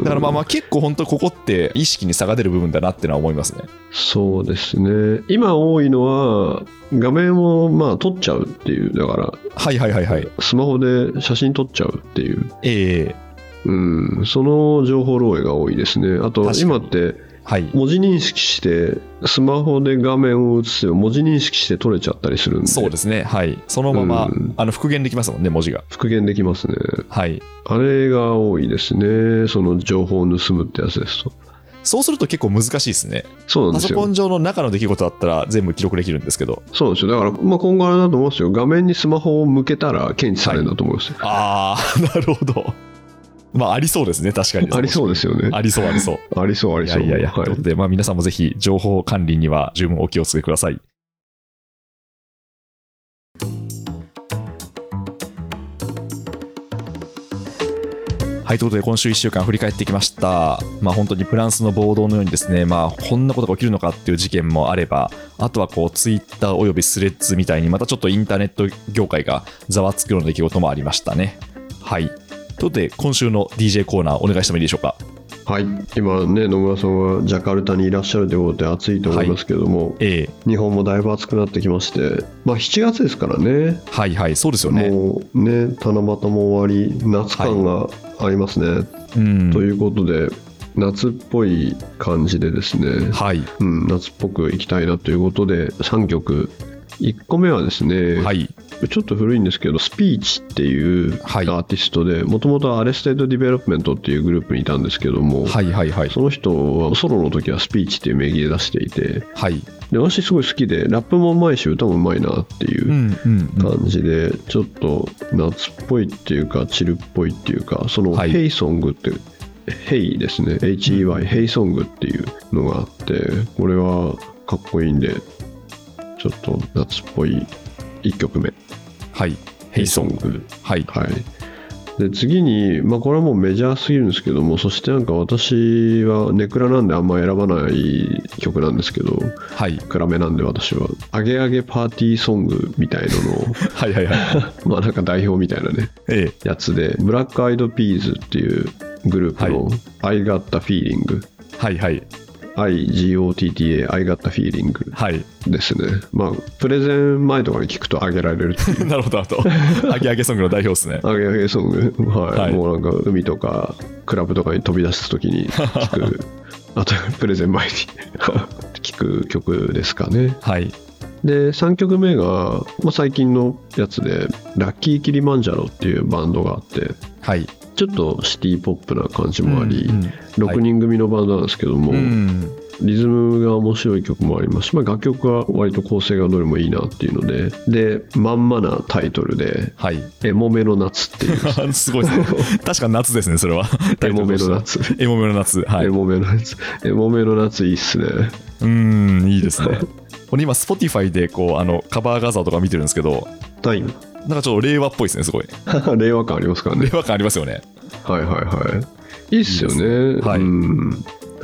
[SPEAKER 3] ん。
[SPEAKER 2] だからまあまあ結構本当ここって意識に差が出る部分だなってのは思いますね
[SPEAKER 3] そうですね今多いのは画面をまあ撮っちゃうっていうだから
[SPEAKER 2] はいはいはいはい
[SPEAKER 3] スマホで写真撮っちゃうっていう、
[SPEAKER 2] ええ
[SPEAKER 3] うん、その情報漏洩が多いですねあと
[SPEAKER 2] 確かに
[SPEAKER 3] 今って
[SPEAKER 2] はい
[SPEAKER 3] 文字認識してスマホで画面を映しても文字認識して撮れちゃったりするんで
[SPEAKER 2] そうですねはいそのまま
[SPEAKER 3] うん
[SPEAKER 2] あの復元できますもんね文字が
[SPEAKER 3] 復元できますね
[SPEAKER 2] はい
[SPEAKER 3] あれが多いですねその情報を盗むってやつですと
[SPEAKER 2] そうすると結構難しいですね
[SPEAKER 3] そうなん
[SPEAKER 2] パ
[SPEAKER 3] で
[SPEAKER 2] ソ
[SPEAKER 3] す
[SPEAKER 2] コ
[SPEAKER 3] よ
[SPEAKER 2] ン上の中の出来事だったら全部記録できるんですけど
[SPEAKER 3] そうなんですよだから、まあ、今後あれだと思うんですよ画面にスマホを向けたら検知されるんだと思うんですよ、
[SPEAKER 2] ああ なるほどまあありそうですね確かに
[SPEAKER 3] ありそうですよね
[SPEAKER 2] ありそうありそう
[SPEAKER 3] ありそうあり
[SPEAKER 2] い
[SPEAKER 3] そ
[SPEAKER 2] や
[SPEAKER 3] う。
[SPEAKER 2] いやいや、
[SPEAKER 3] は
[SPEAKER 2] ということで、まあ、皆さんもぜひ情報管理には十分お気をつけください。はい、ということで、今週1週間振り返ってきました。まあ、本当にフランスの暴動のようにですね、まあ、こんなことが起きるのかっていう事件もあれば、あとはこう、ツイッターおよびスレッズみたいに、またちょっとインターネット業界がざわつくような出来事もありましたね。はい。ということで、今週の DJ コーナー、お願いしてもいいでしょうか。
[SPEAKER 3] はい、今ね、野村さんはジャカルタにいらっしゃるということで暑いと思いますけども、
[SPEAKER 2] ええ
[SPEAKER 3] 日本もだいぶ暑くなってきまして、まあ、7月ですからね、
[SPEAKER 2] はいはい、そうですよね。
[SPEAKER 3] もうね、七夕も終わり、夏感がありますね。
[SPEAKER 2] うん
[SPEAKER 3] ということで、夏っぽい感じでですね、
[SPEAKER 2] はい、
[SPEAKER 3] うん、夏っぽくいきたいなということで、3曲。1個目はですね、
[SPEAKER 2] はい、
[SPEAKER 3] ちょっと古いんですけど、スピーチっていうア
[SPEAKER 2] はい
[SPEAKER 3] ーティストで、もともとアレステッド・ディベロップメントっていうグループにいたんですけども、
[SPEAKER 2] はい、はい、はい、
[SPEAKER 3] その人はソロの時はスピーチっていう名義で出していて
[SPEAKER 2] はい、、
[SPEAKER 3] で私すごい好きでラップもうまいし歌もうまいなっていううん
[SPEAKER 2] うん、
[SPEAKER 3] 感じで、ちょっと夏っぽいっていうかチルっぽいっていうかその
[SPEAKER 2] はい
[SPEAKER 3] ヘイソングって、ヘイですね HEY ヘイソングっていうのがあってこれはかっこいいんでちょっと夏っぽい1曲目
[SPEAKER 2] はい、ヘイソング、
[SPEAKER 3] グ
[SPEAKER 2] はい、
[SPEAKER 3] はい。で次に、まあ、これはもうメジャーすぎるんですけどもそしてなんか私はネクラなんであんま選ばない曲なんですけど
[SPEAKER 2] はい、
[SPEAKER 3] 暗めなんで私は「アゲアゲパーティーソング」みたいなのを
[SPEAKER 2] はい、はい、はい、
[SPEAKER 3] まあなんか代表みたいなね
[SPEAKER 2] ええ、
[SPEAKER 3] やつでブラックアイドピーズっていうグループの「I Got a Feeling
[SPEAKER 2] はい、はい、」
[SPEAKER 3] IGOTTA I Got a Feeling
[SPEAKER 2] はい、
[SPEAKER 3] ですねまあプレゼン前とかに聞くとあげられるっていう
[SPEAKER 2] なるほど、あと、アゲアゲソングの代表ですね。
[SPEAKER 3] アゲアゲソング、はい、
[SPEAKER 2] はい
[SPEAKER 3] もうなんか海とかクラブとかに飛び出すときに聞 く、あとプレゼン前に 聞く曲ですかね。
[SPEAKER 2] はい、
[SPEAKER 3] で、3曲目が、まあ、最近のやつで、ラッキーキリマンジャロっていうバンドがあって、
[SPEAKER 2] はい、
[SPEAKER 3] ちょっとシティポップな感じもあり、
[SPEAKER 2] うんうん
[SPEAKER 3] 6人組のバンドなんですけども、
[SPEAKER 2] うん、
[SPEAKER 3] リズムが面白い曲もありますし、まあ、楽曲は割と構成がどれもいいなっていうので、で、まんまなタイトルで、
[SPEAKER 2] はい、
[SPEAKER 3] エモメの夏っていう、
[SPEAKER 2] すごいですね。確か夏ですね、それは。
[SPEAKER 3] エモメの夏。
[SPEAKER 2] エモメの夏、はい
[SPEAKER 3] エ、モメのやつ。エモメのやついいっすね。
[SPEAKER 2] うん、いいですね。これ今、Spotify でこうあのカバー画像とか見てるんですけど、
[SPEAKER 3] タイム。
[SPEAKER 2] なんかちょっと令和っぽいですね、すごい。
[SPEAKER 3] 令和感ありますからね。
[SPEAKER 2] 令和感ありますよね。
[SPEAKER 3] はいはいはい。いいっすよね。
[SPEAKER 2] はい
[SPEAKER 3] うん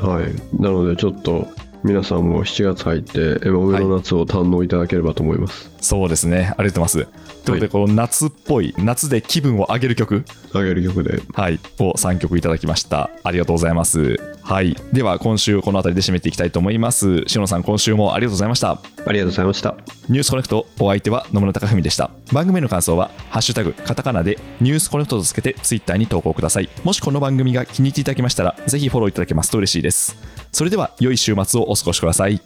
[SPEAKER 3] はい。なのでちょっと皆さんも7月入ってエマ上の夏を堪能いただければと思います。
[SPEAKER 2] そうですね、ありがとうございます。ということで、この夏っぽい、夏で気分を上げる曲、
[SPEAKER 3] あげる曲で。
[SPEAKER 2] はい、を3曲いただきました。ありがとうございます。はい、では、今週この辺りで締めていきたいと思います。しのさん、今週もありがとうございました。
[SPEAKER 3] ありがとうございました。
[SPEAKER 2] ニュースコネクト、お相手は野村貴文でした。番組への感想は、ハッシュタグ、カタカナで、ニュースコネクトとつけて、ツイッターに投稿ください。もしこの番組が気に入っていただけましたら、ぜひフォローいただけますと嬉しいです。それでは、良い週末をお過ごしください。